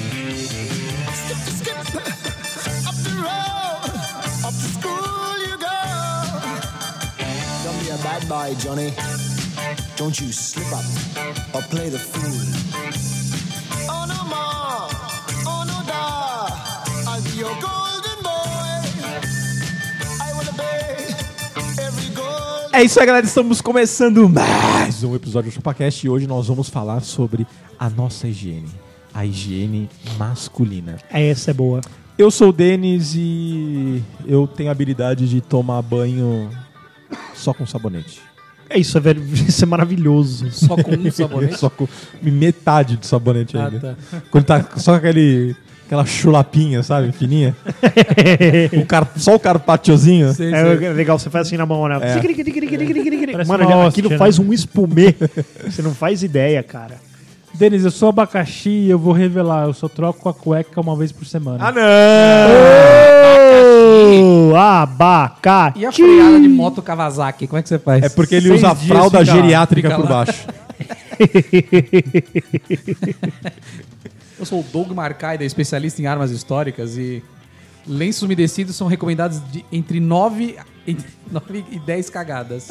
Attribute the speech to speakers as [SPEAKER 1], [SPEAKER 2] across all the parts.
[SPEAKER 1] Skip the skip up the road, up to school you go. Don't be a bad boy, Johnny. Don't you slip up or play the fool. Oh no more, oh no da. I'll be your golden boy. I will obey every goal.
[SPEAKER 2] É isso aí, galera. Estamos começando mais um episódio do ChupaCast e hoje nós vamos falar sobre a nossa higiene. A higiene masculina.
[SPEAKER 3] Essa é boa.
[SPEAKER 2] Eu sou o Denis e eu tenho a habilidade de tomar banho só com sabonete.
[SPEAKER 3] É isso, é, velho, isso é maravilhoso.
[SPEAKER 4] Só com um sabonete?
[SPEAKER 2] só com metade de sabonete
[SPEAKER 4] Ah,
[SPEAKER 2] ainda.
[SPEAKER 4] tá.
[SPEAKER 2] Quando tá só aquele, aquela chulapinha, sabe? Fininha. o car- só o carpacciozinho.
[SPEAKER 4] Sei,
[SPEAKER 3] É
[SPEAKER 4] sei.
[SPEAKER 3] legal, você faz assim na mão, né?
[SPEAKER 4] É.
[SPEAKER 5] Parece
[SPEAKER 3] Mano,
[SPEAKER 5] uma hóstia,
[SPEAKER 3] aquilo
[SPEAKER 5] né?
[SPEAKER 3] faz um espumê. você não faz ideia, cara.
[SPEAKER 5] Denis, eu sou abacaxi e eu vou revelar. Eu só troco a cueca uma vez por semana.
[SPEAKER 4] Ah,
[SPEAKER 2] não!
[SPEAKER 3] Oh, abacaxi.
[SPEAKER 4] E a freada de moto Kawasaki, como é que você faz?
[SPEAKER 2] É porque ele
[SPEAKER 5] Seis
[SPEAKER 2] usa a
[SPEAKER 5] dias
[SPEAKER 2] fralda
[SPEAKER 5] fica lá,
[SPEAKER 2] geriátrica
[SPEAKER 4] fica
[SPEAKER 2] por
[SPEAKER 4] lá.
[SPEAKER 2] baixo.
[SPEAKER 4] Eu sou o Doug Marcaida, especialista em armas históricas e lenços umedecidos são recomendados de entre 9, entre 9 e 10 cagadas.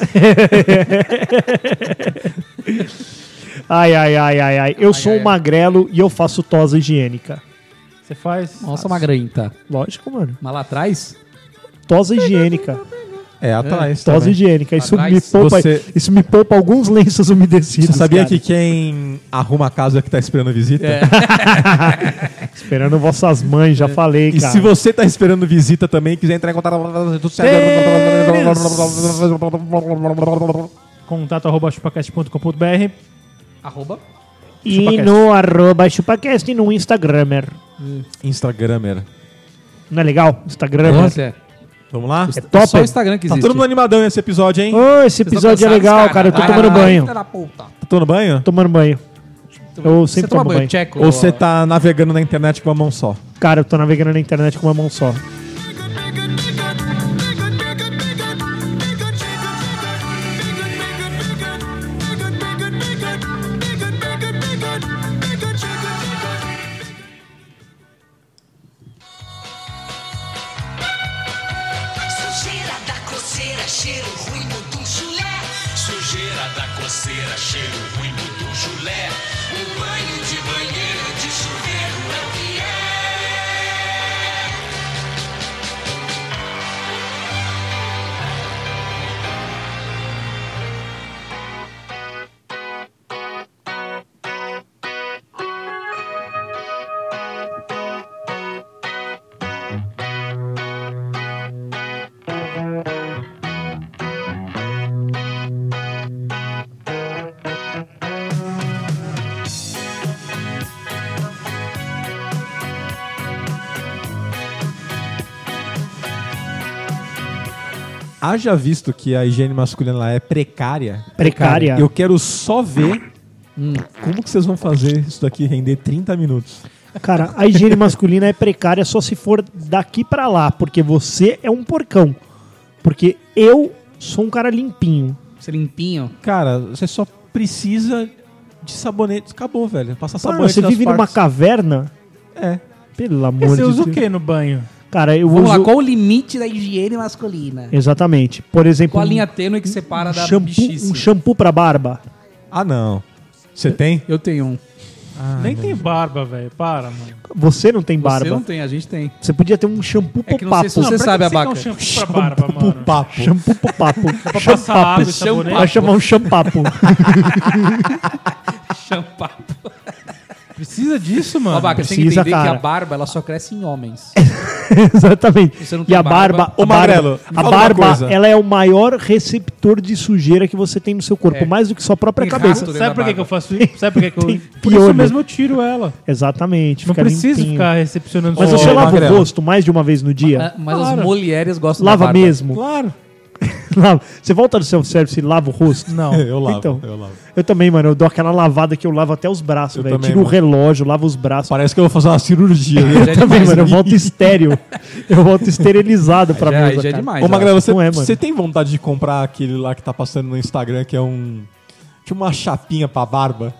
[SPEAKER 3] Ai, ai, ai, ai, ai. Eu
[SPEAKER 4] Ai,
[SPEAKER 3] sou
[SPEAKER 4] ai,
[SPEAKER 3] um
[SPEAKER 4] ai.
[SPEAKER 3] magrelo e eu faço tosa higiênica.
[SPEAKER 5] Você faz.
[SPEAKER 4] Nossa, uma granta.
[SPEAKER 3] Lógico, mano.
[SPEAKER 4] Mas lá atrás,
[SPEAKER 3] Tosa higiênica.
[SPEAKER 2] É, atrás.
[SPEAKER 3] Tosa
[SPEAKER 2] também.
[SPEAKER 3] higiênica. Isso
[SPEAKER 4] Atrás,
[SPEAKER 3] me, poupa,
[SPEAKER 2] você-
[SPEAKER 3] isso me poupa alguns lenços umedecidos.
[SPEAKER 2] Você sabia
[SPEAKER 3] cara.
[SPEAKER 2] que quem arruma a casa que tá esperando visita?
[SPEAKER 3] Esperando vossas mães, já falei,
[SPEAKER 2] E
[SPEAKER 3] cara.
[SPEAKER 2] se você tá esperando visita também, quiser entrar em contato.
[SPEAKER 5] Contato arroba chupacast.com.br.
[SPEAKER 4] arroba.
[SPEAKER 3] E
[SPEAKER 5] ChupaCast.
[SPEAKER 3] no arroba chupacast e no Instagramer.
[SPEAKER 2] Instagramer.
[SPEAKER 3] Não é legal? Instagram.
[SPEAKER 4] Nossa,
[SPEAKER 3] Nossa.
[SPEAKER 4] é.
[SPEAKER 2] Vamos lá?
[SPEAKER 3] É top.
[SPEAKER 4] Só o Instagram que
[SPEAKER 2] Tá
[SPEAKER 4] existe.
[SPEAKER 2] todo mundo animadão nesse episódio, hein?
[SPEAKER 3] Ô, esse episódio é legal, cara. Eu tô tomando banho.
[SPEAKER 4] Da puta.
[SPEAKER 2] Tá tomando banho?
[SPEAKER 3] Tomando banho. Eu
[SPEAKER 4] Você
[SPEAKER 3] sempre
[SPEAKER 4] toma
[SPEAKER 3] tomo
[SPEAKER 4] banho,
[SPEAKER 3] banho.
[SPEAKER 4] tcheco?
[SPEAKER 2] Ou você tá navegando na internet com a mão só?
[SPEAKER 3] Cara, eu tô navegando na internet com uma mão só.
[SPEAKER 6] Sujeira da coceira, cheiro ruim do chulé.
[SPEAKER 7] Sujeira da coceira, cheiro ruim do chulé.
[SPEAKER 6] Um banho de banheiro de chuveiro é o que é.
[SPEAKER 2] Haja visto que a higiene masculina lá é precária.
[SPEAKER 3] Precária.
[SPEAKER 2] Eu quero só ver como que vocês vão fazer isso daqui render 30 minutos.
[SPEAKER 3] Cara, a higiene masculina é precária só se for daqui pra lá, porque você é um porcão. Porque eu sou um cara limpinho.
[SPEAKER 4] Você limpinho.
[SPEAKER 2] Cara, você só precisa de sabonete. Acabou, velho. Passar
[SPEAKER 3] Mano,
[SPEAKER 2] sabonete
[SPEAKER 3] Ah, você
[SPEAKER 2] nas
[SPEAKER 3] vive numa
[SPEAKER 2] partes.
[SPEAKER 3] caverna?
[SPEAKER 2] É.
[SPEAKER 3] Pelo
[SPEAKER 5] E
[SPEAKER 3] amor de
[SPEAKER 5] Você usa
[SPEAKER 3] Deus.
[SPEAKER 5] o que no banho?
[SPEAKER 3] Cara, eu
[SPEAKER 4] Vamos
[SPEAKER 3] uso.
[SPEAKER 4] lá, qual o limite da higiene masculina?
[SPEAKER 3] Exatamente. Por exemplo,
[SPEAKER 4] Qual a linha tênue que separa
[SPEAKER 3] um,
[SPEAKER 4] da
[SPEAKER 3] É shampoo,
[SPEAKER 4] bichice?
[SPEAKER 3] um shampoo pra barba.
[SPEAKER 2] Ah, não. Você tem?
[SPEAKER 4] Eu tenho um.
[SPEAKER 5] Nem tem barba, velho. Para, mano.
[SPEAKER 3] Você não tem barba.
[SPEAKER 4] Você não tem, a gente tem.
[SPEAKER 3] Você podia ter um shampoo
[SPEAKER 4] É
[SPEAKER 3] pro
[SPEAKER 4] que não sei
[SPEAKER 3] papo.
[SPEAKER 4] se você
[SPEAKER 5] pra
[SPEAKER 4] sabe,
[SPEAKER 5] que você quer
[SPEAKER 4] abaca?
[SPEAKER 5] um shampoo pra barba, mano.
[SPEAKER 2] Papo.
[SPEAKER 3] Shampoo pro papo.
[SPEAKER 5] Pra passar água e sabonete.
[SPEAKER 3] Vai chamar um champapo.
[SPEAKER 4] Champapo.
[SPEAKER 5] Precisa disso,
[SPEAKER 4] Ó,
[SPEAKER 5] mano.
[SPEAKER 4] Baca, você tem que
[SPEAKER 3] precisa,
[SPEAKER 4] entender que
[SPEAKER 3] cara. É.
[SPEAKER 4] a barba ela só cresce em homens.
[SPEAKER 3] Exatamente.
[SPEAKER 4] Você não tem
[SPEAKER 3] E a barba,
[SPEAKER 4] barba.
[SPEAKER 3] a
[SPEAKER 2] Ô, Magrelo,
[SPEAKER 3] barba,
[SPEAKER 2] me
[SPEAKER 3] a
[SPEAKER 2] fala uma
[SPEAKER 3] barba
[SPEAKER 2] coisa.
[SPEAKER 3] ela é o maior receptor de sujeira que você tem no seu corpo,
[SPEAKER 4] É.
[SPEAKER 3] mais do que sua própria
[SPEAKER 4] Tem
[SPEAKER 3] cabeça.
[SPEAKER 4] rato.
[SPEAKER 5] Sabe por que, que eu faço isso? Sabe por que, que eu.
[SPEAKER 3] Tem
[SPEAKER 5] Por isso
[SPEAKER 3] piolho.
[SPEAKER 5] mesmo eu tiro ela.
[SPEAKER 3] Exatamente.
[SPEAKER 5] Não
[SPEAKER 3] fica
[SPEAKER 5] preciso
[SPEAKER 3] limpinho.
[SPEAKER 5] ficar recepcionando
[SPEAKER 3] Mas
[SPEAKER 5] sua
[SPEAKER 3] você
[SPEAKER 2] Ô,
[SPEAKER 5] barba.
[SPEAKER 3] lava
[SPEAKER 2] Magrelo.
[SPEAKER 3] o rosto mais de uma vez no dia?
[SPEAKER 4] Ah, Mas
[SPEAKER 5] Claro.
[SPEAKER 4] as mulheres gostam da
[SPEAKER 3] lava
[SPEAKER 4] barba. é
[SPEAKER 3] mesmo?
[SPEAKER 5] Claro.
[SPEAKER 3] Lava. Você volta do self-service e lava o rosto?
[SPEAKER 5] Não.
[SPEAKER 2] Eu lavo,
[SPEAKER 3] Então.
[SPEAKER 2] eu lavo.
[SPEAKER 3] Eu também, mano. Eu dou aquela lavada que eu lavo até os braços, velho.
[SPEAKER 2] também,
[SPEAKER 3] Tiro o
[SPEAKER 2] mano.
[SPEAKER 3] relógio, lavo os braços.
[SPEAKER 2] Parece que eu vou fazer uma cirurgia. né?
[SPEAKER 4] Já é
[SPEAKER 3] Eu também,
[SPEAKER 4] demais,
[SPEAKER 3] mano. Eu
[SPEAKER 4] né?
[SPEAKER 3] volto estéreo. Eu volto esterilizado pra
[SPEAKER 4] Já-
[SPEAKER 3] mesa,
[SPEAKER 4] já é
[SPEAKER 3] cara.
[SPEAKER 4] demais.
[SPEAKER 2] Ô,
[SPEAKER 4] ó.
[SPEAKER 2] Magrela, você,
[SPEAKER 3] Não é, mano.
[SPEAKER 2] você tem vontade de comprar aquele lá que tá passando no Instagram, que é um. Tipo uma chapinha pra barba?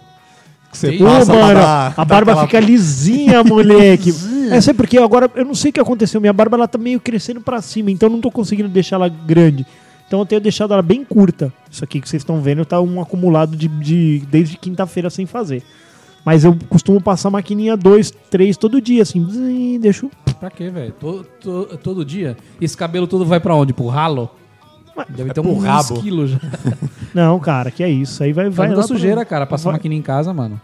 [SPEAKER 2] Que você
[SPEAKER 4] Tem.
[SPEAKER 3] Ô,
[SPEAKER 2] passa pra
[SPEAKER 3] mano,
[SPEAKER 2] dar-
[SPEAKER 3] a
[SPEAKER 4] tá
[SPEAKER 2] dar
[SPEAKER 3] barba
[SPEAKER 2] aquela-
[SPEAKER 3] fica lisinha, moleque. é sei porque agora eu não sei o que aconteceu. Minha barba ela tá meio crescendo pra cima, então eu não tô conseguindo deixar ela grande. Então eu tenho deixado ela bem curta. Isso aqui que vocês estão vendo tá um acumulado de, de- desde quinta-feira sem fazer. Mas eu costumo passar a maquininha 2, 3 todo dia, assim. Zin, Deixo.
[SPEAKER 4] Pra quê, velho? To- to- Todo dia? Esse cabelo todo vai pra onde? Pro ralo?
[SPEAKER 3] Mas-
[SPEAKER 4] Deve ter
[SPEAKER 2] pro
[SPEAKER 4] uns
[SPEAKER 2] rabo.
[SPEAKER 4] quilos já.
[SPEAKER 3] Não, cara, que é isso. Aí vai, vai.
[SPEAKER 4] Vai
[SPEAKER 3] lá
[SPEAKER 4] da
[SPEAKER 3] pro-
[SPEAKER 4] Tá sujeira, cara. Passar
[SPEAKER 3] um vai-
[SPEAKER 4] maquininha em casa, mano.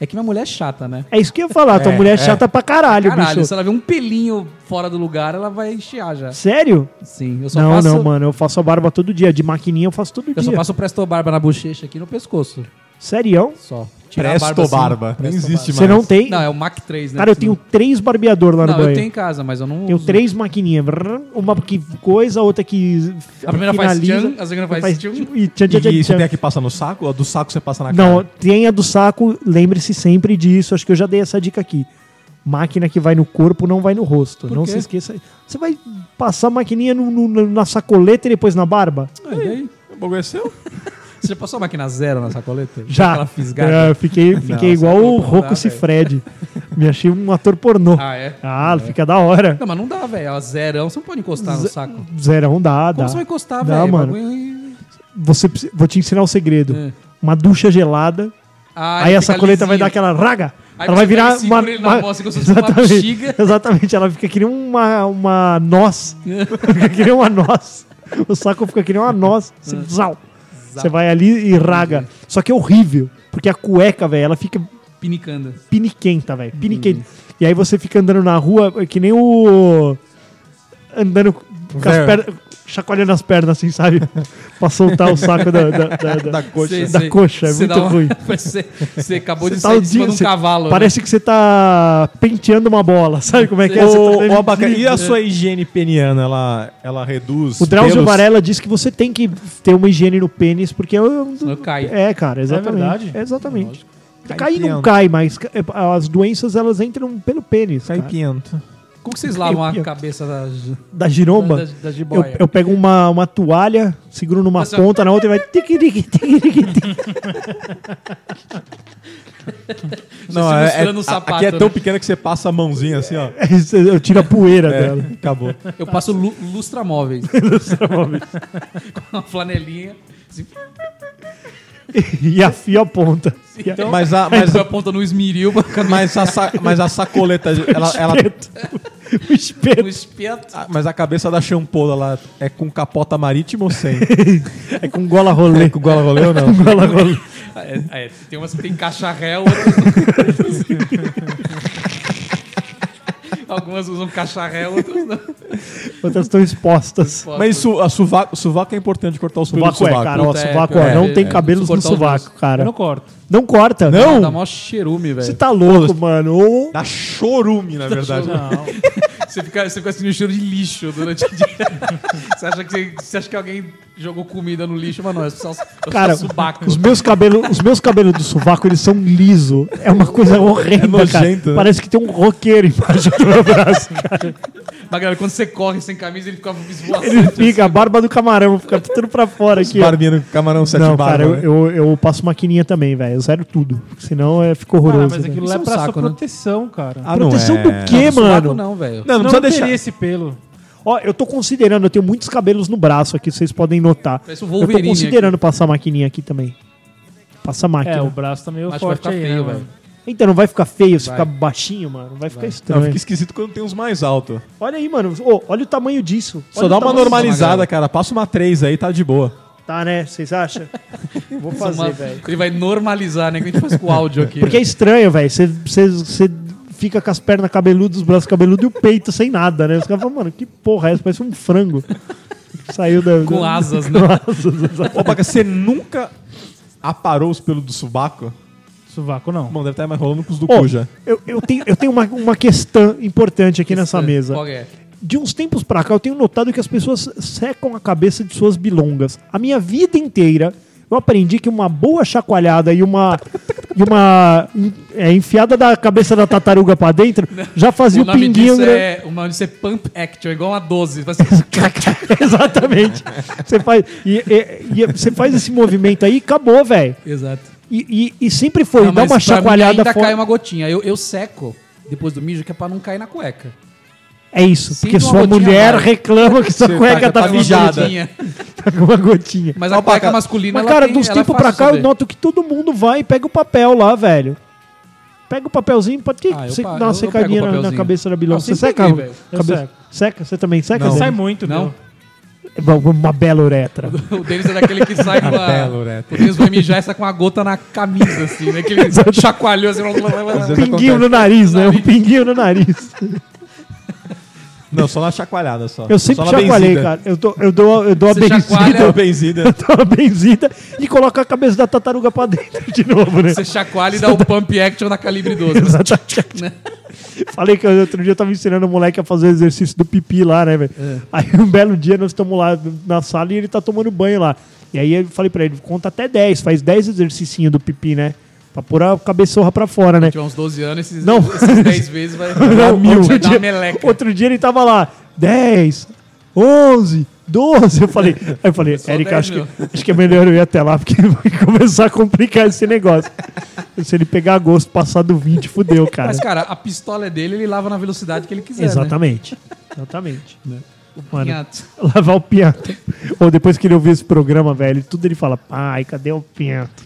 [SPEAKER 4] É que minha mulher é chata, né?
[SPEAKER 3] É isso que eu ia falar. Tua mulher é chata pra caralho,
[SPEAKER 4] Caralho,
[SPEAKER 3] bicho.
[SPEAKER 4] se ela vê um pelinho fora do lugar, ela vai chiar já.
[SPEAKER 3] Sério?
[SPEAKER 4] Sim, eu só
[SPEAKER 3] Não,
[SPEAKER 4] faço...
[SPEAKER 3] não, mano. Eu faço a barba todo dia. De maquininha eu faço todo
[SPEAKER 4] Eu
[SPEAKER 3] dia.
[SPEAKER 4] só passo o Presto Barba na bochecha aqui e no pescoço.
[SPEAKER 3] Serião?
[SPEAKER 4] Só. Tirar a
[SPEAKER 2] Presto
[SPEAKER 4] assim.
[SPEAKER 2] barba. Não
[SPEAKER 4] Presto
[SPEAKER 2] existe mais.
[SPEAKER 3] Você não tem?
[SPEAKER 4] Não, é o Mac 3, né?
[SPEAKER 3] Cara, eu
[SPEAKER 4] Senão-
[SPEAKER 3] tenho três barbeador lá no
[SPEAKER 4] Não, eu
[SPEAKER 3] banheiro.
[SPEAKER 4] tenho né? em casa, mas eu não
[SPEAKER 3] Tenho
[SPEAKER 4] uso.
[SPEAKER 3] três maquinhas. Brrr, Uma que coisa, outra que.
[SPEAKER 4] A primeira faz
[SPEAKER 3] finaliza,
[SPEAKER 4] tchan, a segunda faz tchum.
[SPEAKER 3] E tchan, tchan,
[SPEAKER 2] E
[SPEAKER 3] tchan,
[SPEAKER 2] você
[SPEAKER 3] tchan.
[SPEAKER 2] tem a que passa no saco? A do saco você
[SPEAKER 4] Ah,
[SPEAKER 2] passa na cara?
[SPEAKER 3] Não, tem a do saco, lembre-se sempre disso. Acho que eu já dei essa dica aqui. Máquina que vai no corpo não vai no rosto. não
[SPEAKER 4] quê?
[SPEAKER 3] se esqueça. Você vai passar a maquininha no- no- na sacoleta e depois na barba?
[SPEAKER 4] Ah, e aí?
[SPEAKER 2] O bagulho é seu?
[SPEAKER 4] Você já passou a máquina zero na sacoleta?
[SPEAKER 3] Já.
[SPEAKER 4] Aquela fisgada.
[SPEAKER 3] É, eu fiquei fiquei
[SPEAKER 4] Não,
[SPEAKER 3] igual o
[SPEAKER 4] sacoleta não dá,
[SPEAKER 3] Rocco
[SPEAKER 4] velho.
[SPEAKER 3] Cifred. Me achei um ator pornô.
[SPEAKER 4] Ah, é?
[SPEAKER 3] Ah, fica da hora.
[SPEAKER 4] Não, mas não dá, velho. Ó, Zerão, você não pode encostar no saco. Como
[SPEAKER 3] Zerão dá, dá.
[SPEAKER 4] você vai encostar,
[SPEAKER 3] Dá,
[SPEAKER 4] velho?
[SPEAKER 3] mano.
[SPEAKER 4] Bagulho-
[SPEAKER 3] você precisa- vou te ensinar um segredo.
[SPEAKER 4] É.
[SPEAKER 3] Uma ducha gelada,
[SPEAKER 4] Ah,
[SPEAKER 3] aí
[SPEAKER 4] ele
[SPEAKER 3] a
[SPEAKER 4] fica
[SPEAKER 3] sacoleta
[SPEAKER 4] lisinho.
[SPEAKER 3] vai dar aquela raga. ela
[SPEAKER 4] Aí
[SPEAKER 3] vai
[SPEAKER 4] você pega
[SPEAKER 3] virar
[SPEAKER 4] e segura
[SPEAKER 3] uma,
[SPEAKER 4] ele na
[SPEAKER 3] uma-
[SPEAKER 4] mão, assim, como se fosse uma
[SPEAKER 3] exatamente,
[SPEAKER 4] bexiga.
[SPEAKER 3] exatamente, ela fica que nem uma uma noz. fica que nem uma noz. O saco fica que nem uma noz. Você, zau. Você vai ali e
[SPEAKER 4] Uhum.
[SPEAKER 3] raga. Só que é horrível, porque a cueca, velho, ela fica
[SPEAKER 4] Pinicando.
[SPEAKER 3] piniquenta,
[SPEAKER 4] Uhum.
[SPEAKER 3] velho. Piniquenta. E aí você fica andando na rua, é que nem o. Andando com as
[SPEAKER 2] Velho.
[SPEAKER 3] pernas. Chacoalhando as pernas, assim, sabe? pra soltar o saco da, da, da- da-
[SPEAKER 4] Sei,
[SPEAKER 3] da
[SPEAKER 4] sei.
[SPEAKER 3] coxa. É
[SPEAKER 4] Você
[SPEAKER 3] muito
[SPEAKER 4] dá um- uma-
[SPEAKER 3] ruim.
[SPEAKER 4] Você, você acabou de
[SPEAKER 3] Você tá
[SPEAKER 4] sair
[SPEAKER 3] o
[SPEAKER 4] de cima
[SPEAKER 3] dia-
[SPEAKER 4] de um
[SPEAKER 3] você-
[SPEAKER 4] cavalo. né?
[SPEAKER 3] Parece que você tá penteando uma bola, sabe como é que é? Você tá
[SPEAKER 2] Ô,
[SPEAKER 3] dando-
[SPEAKER 2] ô, Abaca, e a sua higiene peniana? Ela, ela reduz.
[SPEAKER 3] O Drauzio
[SPEAKER 2] pelos?
[SPEAKER 3] Varela disse que você tem que ter uma higiene no pênis, porque eu.
[SPEAKER 4] Senão cai.
[SPEAKER 3] É, cara, exatamente.
[SPEAKER 5] verdade?
[SPEAKER 3] Exatamente.
[SPEAKER 2] Cai
[SPEAKER 3] Cair não
[SPEAKER 2] piando.
[SPEAKER 3] cai, mas ca- é, as doenças elas entram pelo pênis.
[SPEAKER 2] Cai
[SPEAKER 3] cara.
[SPEAKER 2] pinto.
[SPEAKER 4] Como que vocês lavam
[SPEAKER 3] Eu-
[SPEAKER 4] a
[SPEAKER 3] eu-
[SPEAKER 4] cabeça da,
[SPEAKER 3] Da giromba?
[SPEAKER 4] da, da, da
[SPEAKER 3] Eu,
[SPEAKER 4] jiboia?
[SPEAKER 3] eu pego uma, uma toalha, seguro numa
[SPEAKER 4] Mas eu-
[SPEAKER 3] ponta, na outra e vai. tiqui, tiqui, tiqui, tiqui, tiqui.
[SPEAKER 2] Não,
[SPEAKER 4] se
[SPEAKER 2] é,
[SPEAKER 4] mistura
[SPEAKER 2] é,
[SPEAKER 4] no
[SPEAKER 2] a-
[SPEAKER 4] sapato,
[SPEAKER 2] aqui é tão
[SPEAKER 4] né?
[SPEAKER 2] pequena que você passa a mãozinha assim, ó.
[SPEAKER 3] Eu tiro a poeira dela.
[SPEAKER 2] É, acabou.
[SPEAKER 4] Eu passo lu, lustramóveis. Com uma flanelinha. Assim,
[SPEAKER 3] E afio a ponta. E a-
[SPEAKER 2] Mas a, mas,
[SPEAKER 4] põe a ponta então, no esmeril pra caminhar
[SPEAKER 2] mas, a, sa- mas a sacoleta, ela, ela-
[SPEAKER 3] espeto. o
[SPEAKER 4] no
[SPEAKER 3] espeto.
[SPEAKER 4] espeto.
[SPEAKER 2] a- mas a cabeça da champola lá é com capota marítima ou sem?
[SPEAKER 3] É com gola rolê.
[SPEAKER 2] com gola rolê ou não?
[SPEAKER 3] gola rolê.
[SPEAKER 4] É, é, tem umas que tem cacharel, outras... Algumas usam cacharel, outras não.
[SPEAKER 3] Outras estão expostas.
[SPEAKER 2] Mas su, a sovaco, sovaco é importante cortar os pelos do
[SPEAKER 3] Sovaco
[SPEAKER 2] sovaco.
[SPEAKER 3] é, cara. Ó,
[SPEAKER 4] Puta, é,
[SPEAKER 3] sovaco,
[SPEAKER 4] cara,
[SPEAKER 3] ó, não
[SPEAKER 4] é,
[SPEAKER 3] tem
[SPEAKER 4] é.
[SPEAKER 3] cabelos no
[SPEAKER 4] Preciso cortar os
[SPEAKER 3] sovaco, cara.
[SPEAKER 5] Eu não corto.
[SPEAKER 3] Não corta.
[SPEAKER 4] Dá
[SPEAKER 3] Não?
[SPEAKER 4] mó cheirume,
[SPEAKER 3] Você
[SPEAKER 4] velho.
[SPEAKER 3] tá louco, mano. Ô,
[SPEAKER 2] Dá chorume, na verdade.
[SPEAKER 4] Você fica, você fica assim no cheiro de lixo durante o dia. você, acha que você, você acha que alguém jogou comida no lixo, mas não, é só, é só
[SPEAKER 3] Cara,
[SPEAKER 4] subaco.
[SPEAKER 3] os meus cabelos, os meus cabelos do sovaco, eles são liso. É uma coisa horrenda,
[SPEAKER 2] É nojento,
[SPEAKER 3] cara.
[SPEAKER 2] né?
[SPEAKER 3] Parece que tem um roqueiro embaixo do meu braço.
[SPEAKER 4] Mas, galera, quando você corre sem camisa, ele fica esvoaçante.
[SPEAKER 3] Ele fica, a barba do camarão fica tudo pra fora aqui. ó.
[SPEAKER 2] Barbinha no camarão sete
[SPEAKER 3] Não,
[SPEAKER 2] barba,
[SPEAKER 3] cara, eu,
[SPEAKER 2] né?
[SPEAKER 3] eu, eu passo maquininha também, velho. Eu zero tudo. Senão é, fica
[SPEAKER 5] Cara,
[SPEAKER 3] horroroso.
[SPEAKER 5] mas
[SPEAKER 3] velho.
[SPEAKER 5] aquilo
[SPEAKER 4] Isso
[SPEAKER 5] lá
[SPEAKER 4] é
[SPEAKER 5] é
[SPEAKER 4] um
[SPEAKER 5] pra
[SPEAKER 4] saco,
[SPEAKER 5] sua
[SPEAKER 4] né?
[SPEAKER 5] proteção, cara.
[SPEAKER 2] Ah, não
[SPEAKER 3] Proteção
[SPEAKER 2] é.
[SPEAKER 3] do quê,
[SPEAKER 4] Sovaco
[SPEAKER 3] mano?
[SPEAKER 4] não, velho.
[SPEAKER 2] Não, não
[SPEAKER 5] Senão
[SPEAKER 2] precisa
[SPEAKER 5] eu teria
[SPEAKER 2] deixar.
[SPEAKER 5] esse pelo.
[SPEAKER 3] Ó, eu tô considerando, eu tenho muitos cabelos no braço aqui, vocês podem notar.
[SPEAKER 4] Parece um
[SPEAKER 3] eu tô
[SPEAKER 4] Wolverine
[SPEAKER 3] considerando passar a maquininha aqui também. Passa a máquina.
[SPEAKER 5] É, o braço tá meio
[SPEAKER 4] Mas vai
[SPEAKER 5] forte
[SPEAKER 4] ficar
[SPEAKER 5] aí, né,
[SPEAKER 4] feio,
[SPEAKER 5] mano?
[SPEAKER 4] velho.
[SPEAKER 3] Então não vai ficar feio, se
[SPEAKER 4] Vai.
[SPEAKER 3] ficar baixinho, mano. Vai ficar
[SPEAKER 2] Não,
[SPEAKER 3] estranho.
[SPEAKER 2] fica esquisito quando tem uns mais altos.
[SPEAKER 3] Olha aí, mano. Ô, olha o tamanho disso.
[SPEAKER 2] Só
[SPEAKER 3] Olha
[SPEAKER 2] dá
[SPEAKER 3] o
[SPEAKER 2] uma
[SPEAKER 3] tamanho disso.
[SPEAKER 2] normalizada, cara. Passa uma 3 aí, tá de boa.
[SPEAKER 3] Tá, né? Vocês acham? Vou fazer,
[SPEAKER 4] Uma-
[SPEAKER 3] velho.
[SPEAKER 4] Ele vai normalizar, né? Que a gente faz com o áudio aqui. né?
[SPEAKER 3] Porque é estranho, velho. Você- Você você fica com as pernas cabeludas, os braços cabeludos e o peito sem nada, né? Os caras falam, mano, que porra é essa? Parece um frango. Saiu da.
[SPEAKER 4] Com
[SPEAKER 3] da-
[SPEAKER 4] asas, né?
[SPEAKER 3] Com asas, exato.
[SPEAKER 2] Ô, Baca, você nunca aparou os pelos do sobaco?
[SPEAKER 5] Sovaco não.
[SPEAKER 2] Mano, deve estar mais rolando com os do
[SPEAKER 3] Ô,
[SPEAKER 2] cu já.
[SPEAKER 3] eu, eu tenho, eu tenho uma, uma questão importante aqui nessa mesa.
[SPEAKER 4] Qual que é?
[SPEAKER 3] De uns tempos pra cá, eu tenho notado que as pessoas secam a cabeça de suas bilongas. A minha vida inteira, eu aprendi que uma boa chacoalhada e uma. e uma. en- é, enfiada da cabeça da tartaruga pra dentro já fazia
[SPEAKER 4] O
[SPEAKER 3] o,
[SPEAKER 4] nome
[SPEAKER 3] pinguinho.
[SPEAKER 4] disso
[SPEAKER 3] gra-
[SPEAKER 4] é, o nome disso é Pump Action, igual uma 12. Vai ser-
[SPEAKER 3] Exatamente. Você faz, e, e- e você faz esse movimento aí e acabou, velho.
[SPEAKER 4] Exato.
[SPEAKER 3] E, e- e sempre foi,
[SPEAKER 4] Não,
[SPEAKER 3] dá
[SPEAKER 4] mas
[SPEAKER 3] uma
[SPEAKER 4] pra mim
[SPEAKER 3] chacoalhada
[SPEAKER 4] ainda
[SPEAKER 3] fora.
[SPEAKER 4] cai uma gotinha. Eu, eu seco depois do mijo que é pra não cair na cueca.
[SPEAKER 3] É isso,
[SPEAKER 4] Sinto
[SPEAKER 3] porque
[SPEAKER 4] uma
[SPEAKER 3] sua
[SPEAKER 4] gotinha
[SPEAKER 3] mulher
[SPEAKER 4] agora.
[SPEAKER 3] reclama que sua cueca tá,
[SPEAKER 4] Cai uma
[SPEAKER 3] mijada.
[SPEAKER 4] gotinha.
[SPEAKER 3] Tá com uma gotinha.
[SPEAKER 4] Mas a cueca masculina,
[SPEAKER 3] Mas,
[SPEAKER 4] ela
[SPEAKER 3] cara,
[SPEAKER 4] tem-
[SPEAKER 3] dos
[SPEAKER 4] ela é
[SPEAKER 3] tempos
[SPEAKER 4] fácil
[SPEAKER 3] pra cá, eu
[SPEAKER 4] saber.
[SPEAKER 3] noto que todo mundo vai e pega o papel lá, velho. Pega o papelzinho pra te
[SPEAKER 4] Ah, eu
[SPEAKER 3] você
[SPEAKER 4] pa-
[SPEAKER 3] dar
[SPEAKER 4] eu-
[SPEAKER 3] uma
[SPEAKER 4] eu
[SPEAKER 3] secadinha
[SPEAKER 4] pego o
[SPEAKER 3] na- na
[SPEAKER 4] papelzinho.
[SPEAKER 3] cabeça da bilhão.
[SPEAKER 4] Eu
[SPEAKER 3] Você
[SPEAKER 4] sempre
[SPEAKER 3] seca?
[SPEAKER 4] peguei, velho.
[SPEAKER 3] a cabeça?
[SPEAKER 5] Eu seco.
[SPEAKER 3] Seca? Você também seca?
[SPEAKER 5] Sai
[SPEAKER 3] Denis?
[SPEAKER 5] muito,
[SPEAKER 4] Não.
[SPEAKER 5] meu.
[SPEAKER 3] Uma bela uretra.
[SPEAKER 4] O deles é daquele que sai com a...
[SPEAKER 2] Belo, né?
[SPEAKER 4] O deles vai mijar e sai com uma gota na camisa, assim, né? Que ele chacoalhou, assim... blá, blá, blá, blá.
[SPEAKER 2] Às vezes
[SPEAKER 3] pinguinho
[SPEAKER 2] acontece.
[SPEAKER 3] no nariz, né? Um pinguinho no nariz.
[SPEAKER 2] Não, só na chacoalhada só.
[SPEAKER 3] Eu sempre
[SPEAKER 2] só na
[SPEAKER 3] chacoalhei,
[SPEAKER 2] benzida.
[SPEAKER 3] cara. Eu, tô, eu dou, eu dou a
[SPEAKER 4] Você
[SPEAKER 3] benzida.
[SPEAKER 4] chacoalha-
[SPEAKER 2] Tô benzida.
[SPEAKER 3] Eu dou a benzida e coloco a cabeça da tartaruga pra dentro de novo, né?
[SPEAKER 4] Você chacoalha e dá o Pump Action na calibre 12.
[SPEAKER 3] Exatamente. é Falei que outro dia eu tava ensinando o moleque a fazer o exercício do pipi lá, né, velho? Aí um belo dia nós estamos lá na sala e ele tá tomando banho lá. E aí eu falei pra ele, conta até 10, faz 10 exercicinhos do pipi, né? Pra pôr a cabeçorra pra fora, né?
[SPEAKER 4] tiver uns 12 anos, esses,
[SPEAKER 3] Não.
[SPEAKER 4] esses 10 vezes vai,
[SPEAKER 3] Não,
[SPEAKER 4] vai
[SPEAKER 3] outro,
[SPEAKER 4] dar uma
[SPEAKER 3] dia,
[SPEAKER 4] meleca.
[SPEAKER 3] outro dia ele tava lá, 10, 11, 12. Eu falei, aí eu falei,
[SPEAKER 4] Só
[SPEAKER 3] Érica,
[SPEAKER 4] 10
[SPEAKER 3] acho que,
[SPEAKER 4] mil."
[SPEAKER 3] acho que é melhor eu ir até lá, porque vai começar a complicar esse negócio. Se ele pegar gosto, passar do 20, fudeu, cara.
[SPEAKER 4] Mas, cara, a pistola é dele, ele lava na velocidade que ele quiser,
[SPEAKER 3] Exatamente. Exatamente.
[SPEAKER 4] Né?
[SPEAKER 3] Mano,
[SPEAKER 4] Pinhato.
[SPEAKER 3] lavar o pinhato. Ou depois que ele ouvir esse programa, velho, tudo ele fala, ai, cadê o pinhato?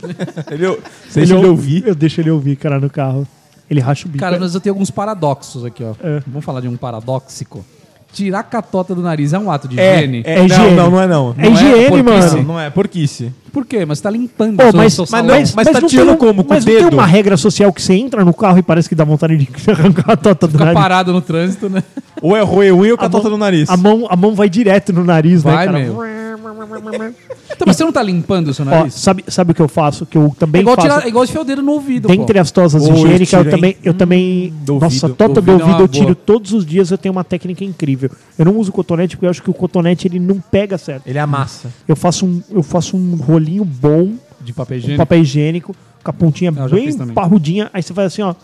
[SPEAKER 2] Ele, é
[SPEAKER 3] é
[SPEAKER 2] você ele ouvir.
[SPEAKER 3] Eu deixo ele ouvir, cara, no carro. Ele racha o bico.
[SPEAKER 4] Cara, mas eu tenho alguns paradoxos aqui, ó.
[SPEAKER 3] É.
[SPEAKER 4] Vamos falar de um paradoxico. Tirar a catota do nariz é um ato de
[SPEAKER 2] É,
[SPEAKER 4] higiene?
[SPEAKER 2] é,
[SPEAKER 3] É
[SPEAKER 2] não,
[SPEAKER 3] higiene.
[SPEAKER 2] não, não é não.
[SPEAKER 3] é
[SPEAKER 4] não é
[SPEAKER 3] higiene,
[SPEAKER 4] porquice.
[SPEAKER 3] mano.
[SPEAKER 2] Não, não é, porquice.
[SPEAKER 4] Por quê? Mas tá limpando
[SPEAKER 3] Pô,
[SPEAKER 4] o seu-
[SPEAKER 3] mas,
[SPEAKER 4] seu
[SPEAKER 3] mas,
[SPEAKER 4] salão.
[SPEAKER 3] não-
[SPEAKER 2] mas tá
[SPEAKER 3] não
[SPEAKER 2] tirando
[SPEAKER 3] tem um-
[SPEAKER 2] como? Com
[SPEAKER 3] mas
[SPEAKER 2] o
[SPEAKER 3] não
[SPEAKER 2] dedo?
[SPEAKER 3] tem uma regra social que você entra no carro e parece que dá vontade de arrancar a tota do
[SPEAKER 4] Fica
[SPEAKER 3] nariz.
[SPEAKER 4] parado no trânsito, né?
[SPEAKER 2] Ou é roer unha ou
[SPEAKER 3] A
[SPEAKER 2] catota
[SPEAKER 3] mão-
[SPEAKER 2] no nariz.
[SPEAKER 3] A mão, a mão vai direto no nariz, né,
[SPEAKER 4] Vai,
[SPEAKER 3] cara?
[SPEAKER 4] meu. Então, mas você não tá limpando o seu
[SPEAKER 3] Ó,
[SPEAKER 4] nariz?
[SPEAKER 3] sabe, sabe o que eu faço? Que eu
[SPEAKER 4] é
[SPEAKER 3] também
[SPEAKER 4] igual,
[SPEAKER 3] faço.
[SPEAKER 4] tirar, é igual enfiar o dedo no ouvido, pô.
[SPEAKER 3] Dentre as tosas
[SPEAKER 2] Ou eu
[SPEAKER 3] higiênicas, eu,
[SPEAKER 2] tiro, hein?
[SPEAKER 3] também. Eu
[SPEAKER 4] Hum,
[SPEAKER 3] também
[SPEAKER 2] do
[SPEAKER 3] nossa,
[SPEAKER 2] ouvido.
[SPEAKER 3] tota
[SPEAKER 4] Do
[SPEAKER 3] do
[SPEAKER 4] ouvido é
[SPEAKER 3] ouvido
[SPEAKER 4] uma
[SPEAKER 3] eu tiro
[SPEAKER 4] boa.
[SPEAKER 3] todos os dias, eu tenho uma técnica incrível. Eu não uso cotonete porque eu acho que o cotonete ele não pega certo.
[SPEAKER 2] Ele amassa.
[SPEAKER 3] Eu faço um, eu faço um rolinho bom,
[SPEAKER 4] De papel
[SPEAKER 3] um
[SPEAKER 4] higiênico.
[SPEAKER 3] papel higiênico, com a pontinha
[SPEAKER 4] Ah, eu já
[SPEAKER 3] bem
[SPEAKER 4] fiz também.
[SPEAKER 3] parrudinha, aí você faz assim, ó.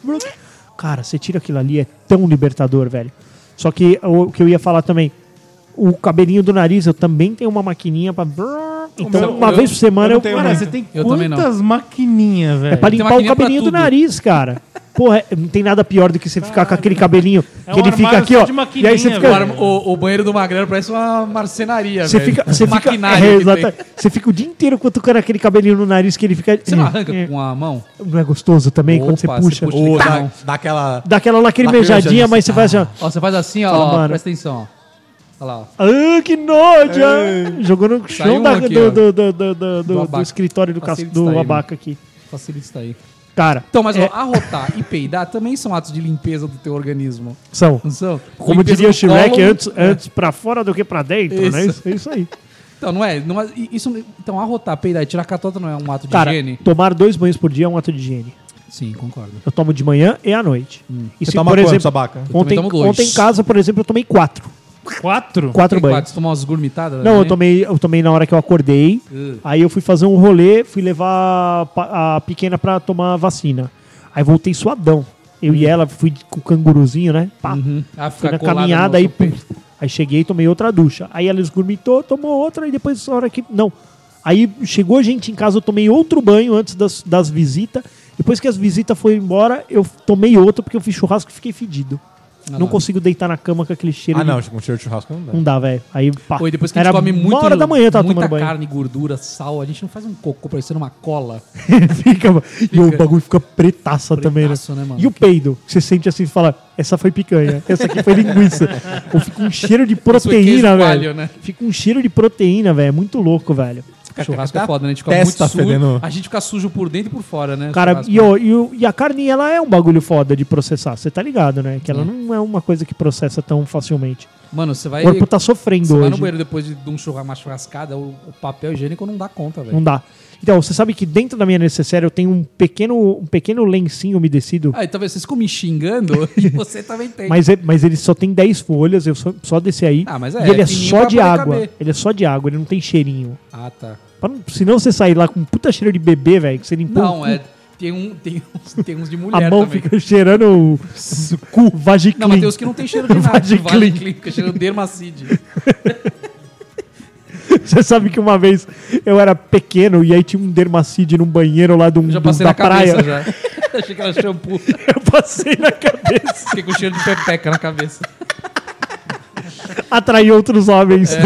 [SPEAKER 3] Cara, você tira aquilo ali, é tão libertador, velho. Só que o que eu ia falar também, o cabelinho do nariz, eu também tenho uma maquininha pra. Então,
[SPEAKER 2] meu-
[SPEAKER 3] uma
[SPEAKER 2] eu-
[SPEAKER 3] vez por semana
[SPEAKER 2] eu não
[SPEAKER 3] eu.
[SPEAKER 2] tenho
[SPEAKER 3] Cara,
[SPEAKER 5] Cara,
[SPEAKER 2] Mas-
[SPEAKER 5] você tem
[SPEAKER 4] Eu também não.
[SPEAKER 5] quantas maquininhas, velho?
[SPEAKER 3] é pra limpar o
[SPEAKER 4] maquininha pra
[SPEAKER 3] cabelinho do
[SPEAKER 4] tudo.
[SPEAKER 3] nariz, cara. Porra, é- não tem nada pior do que você ficar com aquele cabelinho
[SPEAKER 5] É
[SPEAKER 3] que
[SPEAKER 5] um
[SPEAKER 3] ele fica
[SPEAKER 5] armário
[SPEAKER 3] aqui,
[SPEAKER 5] só
[SPEAKER 3] ó.
[SPEAKER 5] de
[SPEAKER 3] E
[SPEAKER 5] maquininha,
[SPEAKER 3] aí você
[SPEAKER 4] O,
[SPEAKER 3] fica.
[SPEAKER 4] ar- o- o banheiro do Magrelo parece uma marcenaria,
[SPEAKER 3] Você
[SPEAKER 4] velho.
[SPEAKER 3] fica, você, fica,
[SPEAKER 4] Maquinário
[SPEAKER 3] é,
[SPEAKER 4] que tem.
[SPEAKER 3] exata- você fica o dia inteiro cutucando aquele cabelinho no nariz que ele fica.
[SPEAKER 4] Você não arranca
[SPEAKER 3] É,
[SPEAKER 4] com a mão?
[SPEAKER 3] Não é gostoso também quando você
[SPEAKER 4] Opa,
[SPEAKER 3] puxa?
[SPEAKER 4] você puxa.
[SPEAKER 2] Ou
[SPEAKER 4] Fica
[SPEAKER 2] dá,
[SPEAKER 4] bom.
[SPEAKER 2] dá aquela...
[SPEAKER 3] Dá aquela lacrimejadinha,
[SPEAKER 2] Lacrimejadinha,
[SPEAKER 3] mas você faz assim, ó.
[SPEAKER 4] Ó, você faz assim, ó,
[SPEAKER 3] Fala,
[SPEAKER 4] ó,
[SPEAKER 3] mano.
[SPEAKER 4] presta atenção, ó. Olha lá, ó.
[SPEAKER 3] Ah, que nojo! ah. Jogou no chão
[SPEAKER 4] um
[SPEAKER 3] da-
[SPEAKER 4] aqui, ó.
[SPEAKER 3] do, do, do, do, do- do
[SPEAKER 4] abaca.
[SPEAKER 3] escritório do, cas-
[SPEAKER 4] Facilita
[SPEAKER 3] do
[SPEAKER 4] isso aí,
[SPEAKER 3] abaca aqui.
[SPEAKER 4] Facilita isso aí.
[SPEAKER 3] Cara,
[SPEAKER 4] Então, mas ó,
[SPEAKER 3] é,
[SPEAKER 4] arrotar e peidar também são atos de limpeza do teu organismo.
[SPEAKER 3] são.
[SPEAKER 4] Não são?
[SPEAKER 3] Como
[SPEAKER 4] Limpeza
[SPEAKER 3] diria
[SPEAKER 4] do
[SPEAKER 3] Shrek,
[SPEAKER 4] cólon.
[SPEAKER 3] antes, é. antes pra fora do que pra dentro, né?
[SPEAKER 4] Isso.
[SPEAKER 3] Isso, é isso aí.
[SPEAKER 4] Então, não é, não é- isso, então, arrotar, peidar e tirar a catota não é um ato de
[SPEAKER 3] Cara,
[SPEAKER 4] higiene?
[SPEAKER 3] tomar dois banhos por dia é um ato de higiene.
[SPEAKER 4] Sim, concordo.
[SPEAKER 3] Eu tomo de manhã e à noite. E
[SPEAKER 4] Hum.
[SPEAKER 2] Você
[SPEAKER 3] se,
[SPEAKER 2] toma
[SPEAKER 3] por
[SPEAKER 2] quantos,
[SPEAKER 3] exemplo,
[SPEAKER 2] abaca? Eu
[SPEAKER 4] também
[SPEAKER 3] ontem,
[SPEAKER 4] tomo dois.
[SPEAKER 3] ontem em casa, por exemplo, eu tomei quatro.
[SPEAKER 5] Quatro?
[SPEAKER 3] Quatro
[SPEAKER 4] Tem
[SPEAKER 3] banhos.
[SPEAKER 4] quatro, você tomou umas gourmitadas?
[SPEAKER 3] Não, eu
[SPEAKER 4] né?
[SPEAKER 3] tomei, eu tomei na hora que eu acordei.
[SPEAKER 4] Uh.
[SPEAKER 3] Aí eu fui fazer um rolê, fui levar pa- a pequena pra tomar vacina. Aí voltei suadão. Eu e ela, fui de- com o canguruzinho, né? Pá.
[SPEAKER 4] Hum. Uhum. Ah,
[SPEAKER 3] Fui
[SPEAKER 4] ficar
[SPEAKER 3] na
[SPEAKER 4] colada
[SPEAKER 3] caminhada
[SPEAKER 4] no
[SPEAKER 3] aí.
[SPEAKER 4] seu peito.
[SPEAKER 3] pum. Aí cheguei e tomei outra ducha. Aí ela esgurmitou, tomou outra e depois na hora que. Não. Aí chegou gente em casa, eu tomei outro banho antes das, das visitas. Depois que as visitas foram embora, eu tomei outro porque eu fiz churrasco e fiquei fedido.
[SPEAKER 4] Ah
[SPEAKER 3] não
[SPEAKER 4] lá.
[SPEAKER 3] consigo deitar na cama com aquele cheiro.
[SPEAKER 2] Ah,
[SPEAKER 3] de-
[SPEAKER 2] não, com cheiro de churrasco não dá.
[SPEAKER 3] Não dá, velho. Aí pá.
[SPEAKER 4] Pô, e depois que
[SPEAKER 3] Era
[SPEAKER 4] a gente come muito,
[SPEAKER 3] Uma hora da manhã eu tava
[SPEAKER 4] muita
[SPEAKER 3] tomando banho.
[SPEAKER 4] carne, gordura, sal, a gente não faz um cocô parecendo uma cola.
[SPEAKER 3] fica, E o bagulho fica pretaça também, né?
[SPEAKER 4] Pretaço, né, mano?
[SPEAKER 3] E o peido? que Você sente assim e fala, essa foi picanha, essa aqui foi linguiça. Ou fica um cheiro de
[SPEAKER 4] foi queijo
[SPEAKER 3] proteína,
[SPEAKER 4] coalho,
[SPEAKER 3] velho.
[SPEAKER 4] é né?
[SPEAKER 3] Fica um cheiro de proteína, velho. É muito louco, velho.
[SPEAKER 4] Churrasco é foda, né? A gente fica
[SPEAKER 2] Testa
[SPEAKER 4] muito sujo.
[SPEAKER 2] fedendo.
[SPEAKER 4] A gente fica sujo por dentro e por fora, né?
[SPEAKER 3] Cara,
[SPEAKER 4] Churrasco.
[SPEAKER 3] e, o- e o- e a carne, ela é um bagulho foda de processar. Você tá ligado, né? Que ela não é uma coisa que processa tão facilmente.
[SPEAKER 4] é- Mano, você
[SPEAKER 3] O
[SPEAKER 4] vai.
[SPEAKER 3] corpo tá
[SPEAKER 4] Você
[SPEAKER 3] sofrendo
[SPEAKER 4] vai no
[SPEAKER 3] hoje.
[SPEAKER 4] banheiro depois de, de um churrasco, uma churrascada, o, o papel higiênico não dá conta, velho.
[SPEAKER 3] Não dá. Então, você sabe que dentro da minha necessaire eu tenho um pequeno, um pequeno lencinho umedecido.
[SPEAKER 4] Ah, então vocês ficam me xingando e você também tem.
[SPEAKER 3] Mas, é- mas ele só tem 10 folhas, eu só, só desci aí.
[SPEAKER 4] Ah, mas é,
[SPEAKER 3] e ele
[SPEAKER 4] é
[SPEAKER 3] é
[SPEAKER 4] fininho
[SPEAKER 3] só
[SPEAKER 4] pra
[SPEAKER 3] de
[SPEAKER 4] poder
[SPEAKER 3] água.
[SPEAKER 4] caber.
[SPEAKER 3] Ele é só de água, ele não tem cheirinho.
[SPEAKER 4] Ah, tá.
[SPEAKER 3] Pra não- senão você sair lá com um puta cheiro de bebê, velho, que você limpou. o
[SPEAKER 4] Não,
[SPEAKER 3] cu,
[SPEAKER 4] é. Tem, um, tem, uns, tem uns de mulher
[SPEAKER 3] A mão
[SPEAKER 4] também.
[SPEAKER 3] fica cheirando o, o cu, vagiclin.
[SPEAKER 4] Não, mas tem uns que não tem cheiro de nada.
[SPEAKER 3] Vagiclin.
[SPEAKER 4] Vale clean, fica cheiro de dermacide.
[SPEAKER 3] Você sabe que uma vez eu era pequeno e aí tinha um dermacide num banheiro lá de um,
[SPEAKER 4] Eu já
[SPEAKER 3] de um-
[SPEAKER 4] passei
[SPEAKER 3] da
[SPEAKER 4] na cabeça né?
[SPEAKER 3] praia.
[SPEAKER 4] já. Achei que era shampoo.
[SPEAKER 3] Eu passei na cabeça.
[SPEAKER 4] Fiquei com cheiro de pepeca na cabeça.
[SPEAKER 3] Atraiu outros homens.
[SPEAKER 4] É.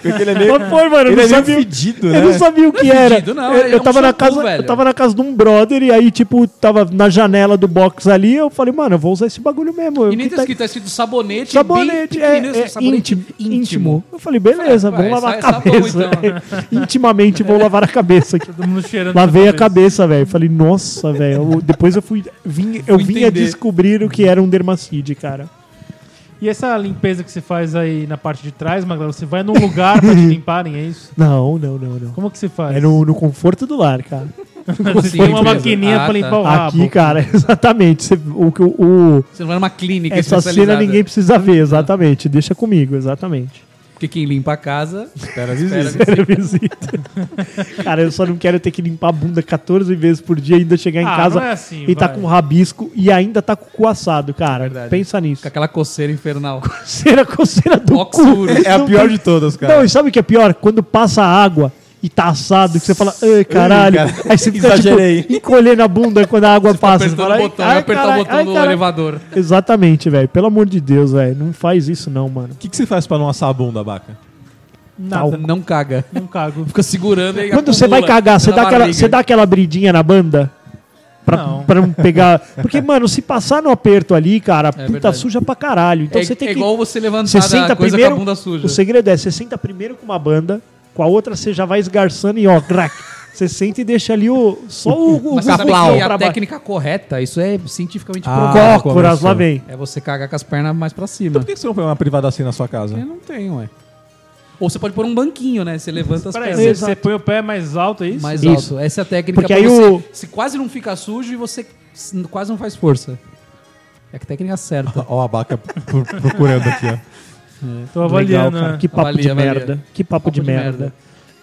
[SPEAKER 2] Porque ele é
[SPEAKER 3] Mas foi, mano, eu
[SPEAKER 2] ele
[SPEAKER 3] não
[SPEAKER 2] é meio
[SPEAKER 3] sabia.
[SPEAKER 2] fedido, né?
[SPEAKER 3] Eu não sabia o que
[SPEAKER 4] é
[SPEAKER 3] era.
[SPEAKER 4] fedido, não,
[SPEAKER 3] eu,
[SPEAKER 4] ele é
[SPEAKER 3] eu
[SPEAKER 4] um
[SPEAKER 3] tava na
[SPEAKER 4] shampoo,
[SPEAKER 3] casa,
[SPEAKER 4] velho.
[SPEAKER 3] eu tava na casa de um brother e aí, tipo, tava na janela do box ali. Eu falei, mano, eu vou usar esse bagulho mesmo.
[SPEAKER 4] E
[SPEAKER 3] eu-
[SPEAKER 4] nem
[SPEAKER 3] que
[SPEAKER 4] tá escrito, tá escrito sabonete.
[SPEAKER 3] Sabonete,
[SPEAKER 4] bem
[SPEAKER 3] é,
[SPEAKER 4] pequenininho,
[SPEAKER 3] é
[SPEAKER 4] assim, sabonete
[SPEAKER 3] íntimo, íntimo. Eu falei, beleza,
[SPEAKER 4] Ah,
[SPEAKER 3] vamos
[SPEAKER 4] vai,
[SPEAKER 3] lavar a
[SPEAKER 4] sai sabão,
[SPEAKER 3] cabeça.
[SPEAKER 4] então, né?
[SPEAKER 3] Intimamente vou lavar a cabeça aqui.
[SPEAKER 5] Todo mundo cheirando.
[SPEAKER 3] Lavei a
[SPEAKER 5] essa
[SPEAKER 3] cabeça, velho. Falei, nossa, velho. Eu- Depois eu fui. Vim, eu
[SPEAKER 4] Fui
[SPEAKER 3] vim a
[SPEAKER 4] entender.
[SPEAKER 3] descobrir o que era um dermacide, cara.
[SPEAKER 5] E essa limpeza que você faz aí na parte de trás, Magrelo, você vai num lugar pra te limparem, é isso?
[SPEAKER 3] Não, não, não, não.
[SPEAKER 5] Como que você faz?
[SPEAKER 3] É no, no conforto do lar, cara.
[SPEAKER 5] Você tem uma
[SPEAKER 4] Sim,
[SPEAKER 5] maquininha
[SPEAKER 4] ah,
[SPEAKER 5] pra limpar o rabo.
[SPEAKER 3] Aqui, cara, exatamente. Você- o, que o, o-
[SPEAKER 4] Você não vai numa clínica
[SPEAKER 3] essa cena
[SPEAKER 4] especializada.
[SPEAKER 3] ninguém precisa ver, exatamente. Deixa comigo, exatamente.
[SPEAKER 4] Porque quem limpa a casa... Espera,
[SPEAKER 3] Era visita. cara, eu só não quero ter que limpar a bunda 14 vezes por dia e ainda chegar em
[SPEAKER 5] Ah,
[SPEAKER 3] casa
[SPEAKER 5] não é assim,
[SPEAKER 3] e tá
[SPEAKER 5] vai.
[SPEAKER 3] com rabisco e ainda tá com o cu assado, cara.
[SPEAKER 4] Verdade.
[SPEAKER 3] Pensa nisso.
[SPEAKER 4] Com aquela coceira infernal.
[SPEAKER 3] Cera coceira do
[SPEAKER 4] Óculos
[SPEAKER 3] cu.
[SPEAKER 4] escuros.
[SPEAKER 2] É a pior de todas, cara.
[SPEAKER 3] Não, e sabe o que é pior? Quando passa água e tá assado, que você fala, ai, caralho.
[SPEAKER 2] cara,
[SPEAKER 3] Aí você fica, tipo,
[SPEAKER 2] exagerei.
[SPEAKER 3] encolhendo a bunda quando a água passa. Você
[SPEAKER 4] tá Apertando
[SPEAKER 3] fala,
[SPEAKER 4] o
[SPEAKER 3] "Ai,
[SPEAKER 4] botão,
[SPEAKER 3] ai,
[SPEAKER 4] vai apertar
[SPEAKER 3] caralho,
[SPEAKER 4] o botão
[SPEAKER 3] ai,
[SPEAKER 4] do
[SPEAKER 3] caralho."
[SPEAKER 4] elevador.
[SPEAKER 3] Exatamente, velho. Pelo amor de Deus, velho. Não faz isso não, mano.
[SPEAKER 2] O que, que você faz pra não assar a bunda, Baca?
[SPEAKER 5] Nada,
[SPEAKER 4] Não caga.
[SPEAKER 5] não cago.
[SPEAKER 4] Fica segurando e
[SPEAKER 3] Quando você vai
[SPEAKER 4] acumula Tá
[SPEAKER 3] cagar, você
[SPEAKER 4] na
[SPEAKER 3] dá, aquela,
[SPEAKER 4] barriga.
[SPEAKER 3] você dá aquela bridinha na banda? Pra
[SPEAKER 5] Não.
[SPEAKER 3] não. pra não pegar... Porque, mano, se passar no aperto ali, cara, puta,
[SPEAKER 4] É verdade.
[SPEAKER 3] suja pra caralho. Então
[SPEAKER 4] é,
[SPEAKER 3] você tem
[SPEAKER 4] é
[SPEAKER 3] que...
[SPEAKER 4] igual você levantar
[SPEAKER 3] Você
[SPEAKER 4] da
[SPEAKER 3] senta
[SPEAKER 4] coisa
[SPEAKER 3] primeiro.
[SPEAKER 4] com a bunda suja.
[SPEAKER 3] O segredo é, você senta primeiro com uma banda, com a outra você já vai esgarçando e ó, crack. Você senta e deixa ali o. Só o, o
[SPEAKER 4] Mas sabe que
[SPEAKER 3] gustinho
[SPEAKER 4] a
[SPEAKER 3] pra baixo.
[SPEAKER 4] técnica correta, isso é cientificamente
[SPEAKER 2] Ah,
[SPEAKER 4] provado.
[SPEAKER 3] Cócoras,
[SPEAKER 2] começou.
[SPEAKER 3] lá vem.
[SPEAKER 4] É você cagar com as pernas mais pra cima.
[SPEAKER 2] Então por que que você não põe uma privada assim na sua casa?
[SPEAKER 3] né?
[SPEAKER 4] Eu não tenho, ué. Ou você pode pôr um banquinho, né? Você levanta as
[SPEAKER 5] Peraí,
[SPEAKER 4] pernas.
[SPEAKER 5] você,
[SPEAKER 3] Exato.
[SPEAKER 5] você põe o pé mais alto, é isso?
[SPEAKER 4] Mais
[SPEAKER 3] Isso.
[SPEAKER 4] alto. Essa é a técnica
[SPEAKER 3] Porque
[SPEAKER 4] pra
[SPEAKER 3] aí
[SPEAKER 4] você,
[SPEAKER 3] o-
[SPEAKER 4] se quase não fica sujo e você s- quase não faz força. É a técnica certa.
[SPEAKER 2] Ó, a Baca pro- procurando aqui, ó.
[SPEAKER 5] Tô
[SPEAKER 3] Legal,
[SPEAKER 5] avaliando,
[SPEAKER 3] cara.
[SPEAKER 5] né?
[SPEAKER 3] Que papo
[SPEAKER 4] Avalia,
[SPEAKER 3] de
[SPEAKER 4] avalia.
[SPEAKER 3] merda. Que papo, de, merda.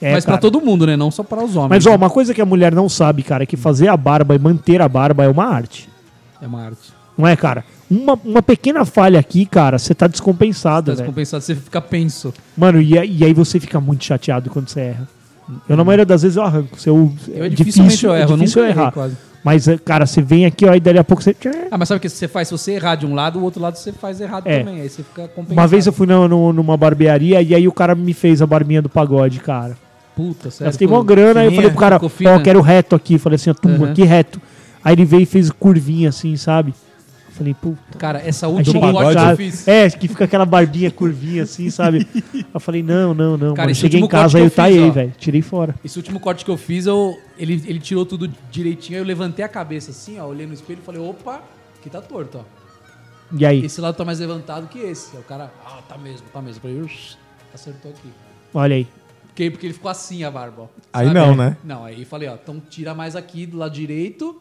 [SPEAKER 3] É,
[SPEAKER 4] Mas pra
[SPEAKER 3] cara.
[SPEAKER 4] todo mundo, né? Não só para os homens.
[SPEAKER 3] Mas ó, uma coisa que a mulher não sabe, cara, é que fazer a barba e manter a barba é uma arte.
[SPEAKER 4] É uma arte.
[SPEAKER 3] Não é, cara? Uma, uma pequena falha aqui, cara, você tá descompensado,
[SPEAKER 4] Tá
[SPEAKER 3] velho.
[SPEAKER 4] descompensado, você fica penso.
[SPEAKER 3] Mano, e, aí- e aí você fica muito chateado quando você erra. Eu, na maioria das vezes, eu arranco. Se eu,
[SPEAKER 4] Hum. Eu dificilmente eu erro,
[SPEAKER 3] é
[SPEAKER 4] eu
[SPEAKER 3] difícil eu
[SPEAKER 4] nunca errei
[SPEAKER 3] errar.
[SPEAKER 4] quase.
[SPEAKER 3] Mas, eh, cara, você vem aqui, ó, e dali a pouco você.
[SPEAKER 4] Ah, mas sabe o que você faz? Se você errar de um lado, o outro lado você faz errado
[SPEAKER 3] É.
[SPEAKER 4] também. Aí você fica compensado.
[SPEAKER 3] Uma vez eu fui na- no- numa barbearia e aí o cara me fez a barbinha do pagode, cara.
[SPEAKER 4] Puta, sério.
[SPEAKER 3] Gastei mó
[SPEAKER 4] ficou-
[SPEAKER 3] grana, aí eu
[SPEAKER 5] fininha,
[SPEAKER 3] falei pro cara,
[SPEAKER 4] ficou
[SPEAKER 3] ó,
[SPEAKER 4] fina.
[SPEAKER 3] eu quero reto aqui. Eu Falei assim, ó, tum,
[SPEAKER 4] Aham.
[SPEAKER 3] aqui reto. Aí ele veio e fez curvinha assim, sabe? Eu Falei, puta.
[SPEAKER 4] Cara, essa
[SPEAKER 3] Aí
[SPEAKER 4] última
[SPEAKER 3] cheguei em
[SPEAKER 4] Tipo, um corte
[SPEAKER 3] casa.
[SPEAKER 4] eu fiz.
[SPEAKER 3] É, que fica aquela barbinha curvinha assim, sabe? Eu falei, não, não, não.
[SPEAKER 4] Cara,
[SPEAKER 3] mano.
[SPEAKER 4] esse é
[SPEAKER 3] Cheguei em
[SPEAKER 4] último corte
[SPEAKER 3] casa, aí
[SPEAKER 4] que
[SPEAKER 3] eu
[SPEAKER 4] eu fiz,
[SPEAKER 3] taiei,
[SPEAKER 4] ó.
[SPEAKER 3] velho. Tirei fora.
[SPEAKER 4] Esse último corte que eu fiz, eu, ele, ele tirou tudo direitinho. Aí eu levantei a cabeça assim, ó, olhei no espelho e falei, opa, aqui tá torto, ó.
[SPEAKER 3] E aí?
[SPEAKER 4] Esse lado tá mais levantado que esse. Aí o cara, ah, tá mesmo, tá mesmo. Eu falei, "Ush, acertou aqui.
[SPEAKER 3] Olha aí.
[SPEAKER 4] Porque, porque ele ficou assim a barba, ó.
[SPEAKER 2] Aí não, né?
[SPEAKER 4] Não, aí eu falei, ó, então tira mais aqui do lado direito,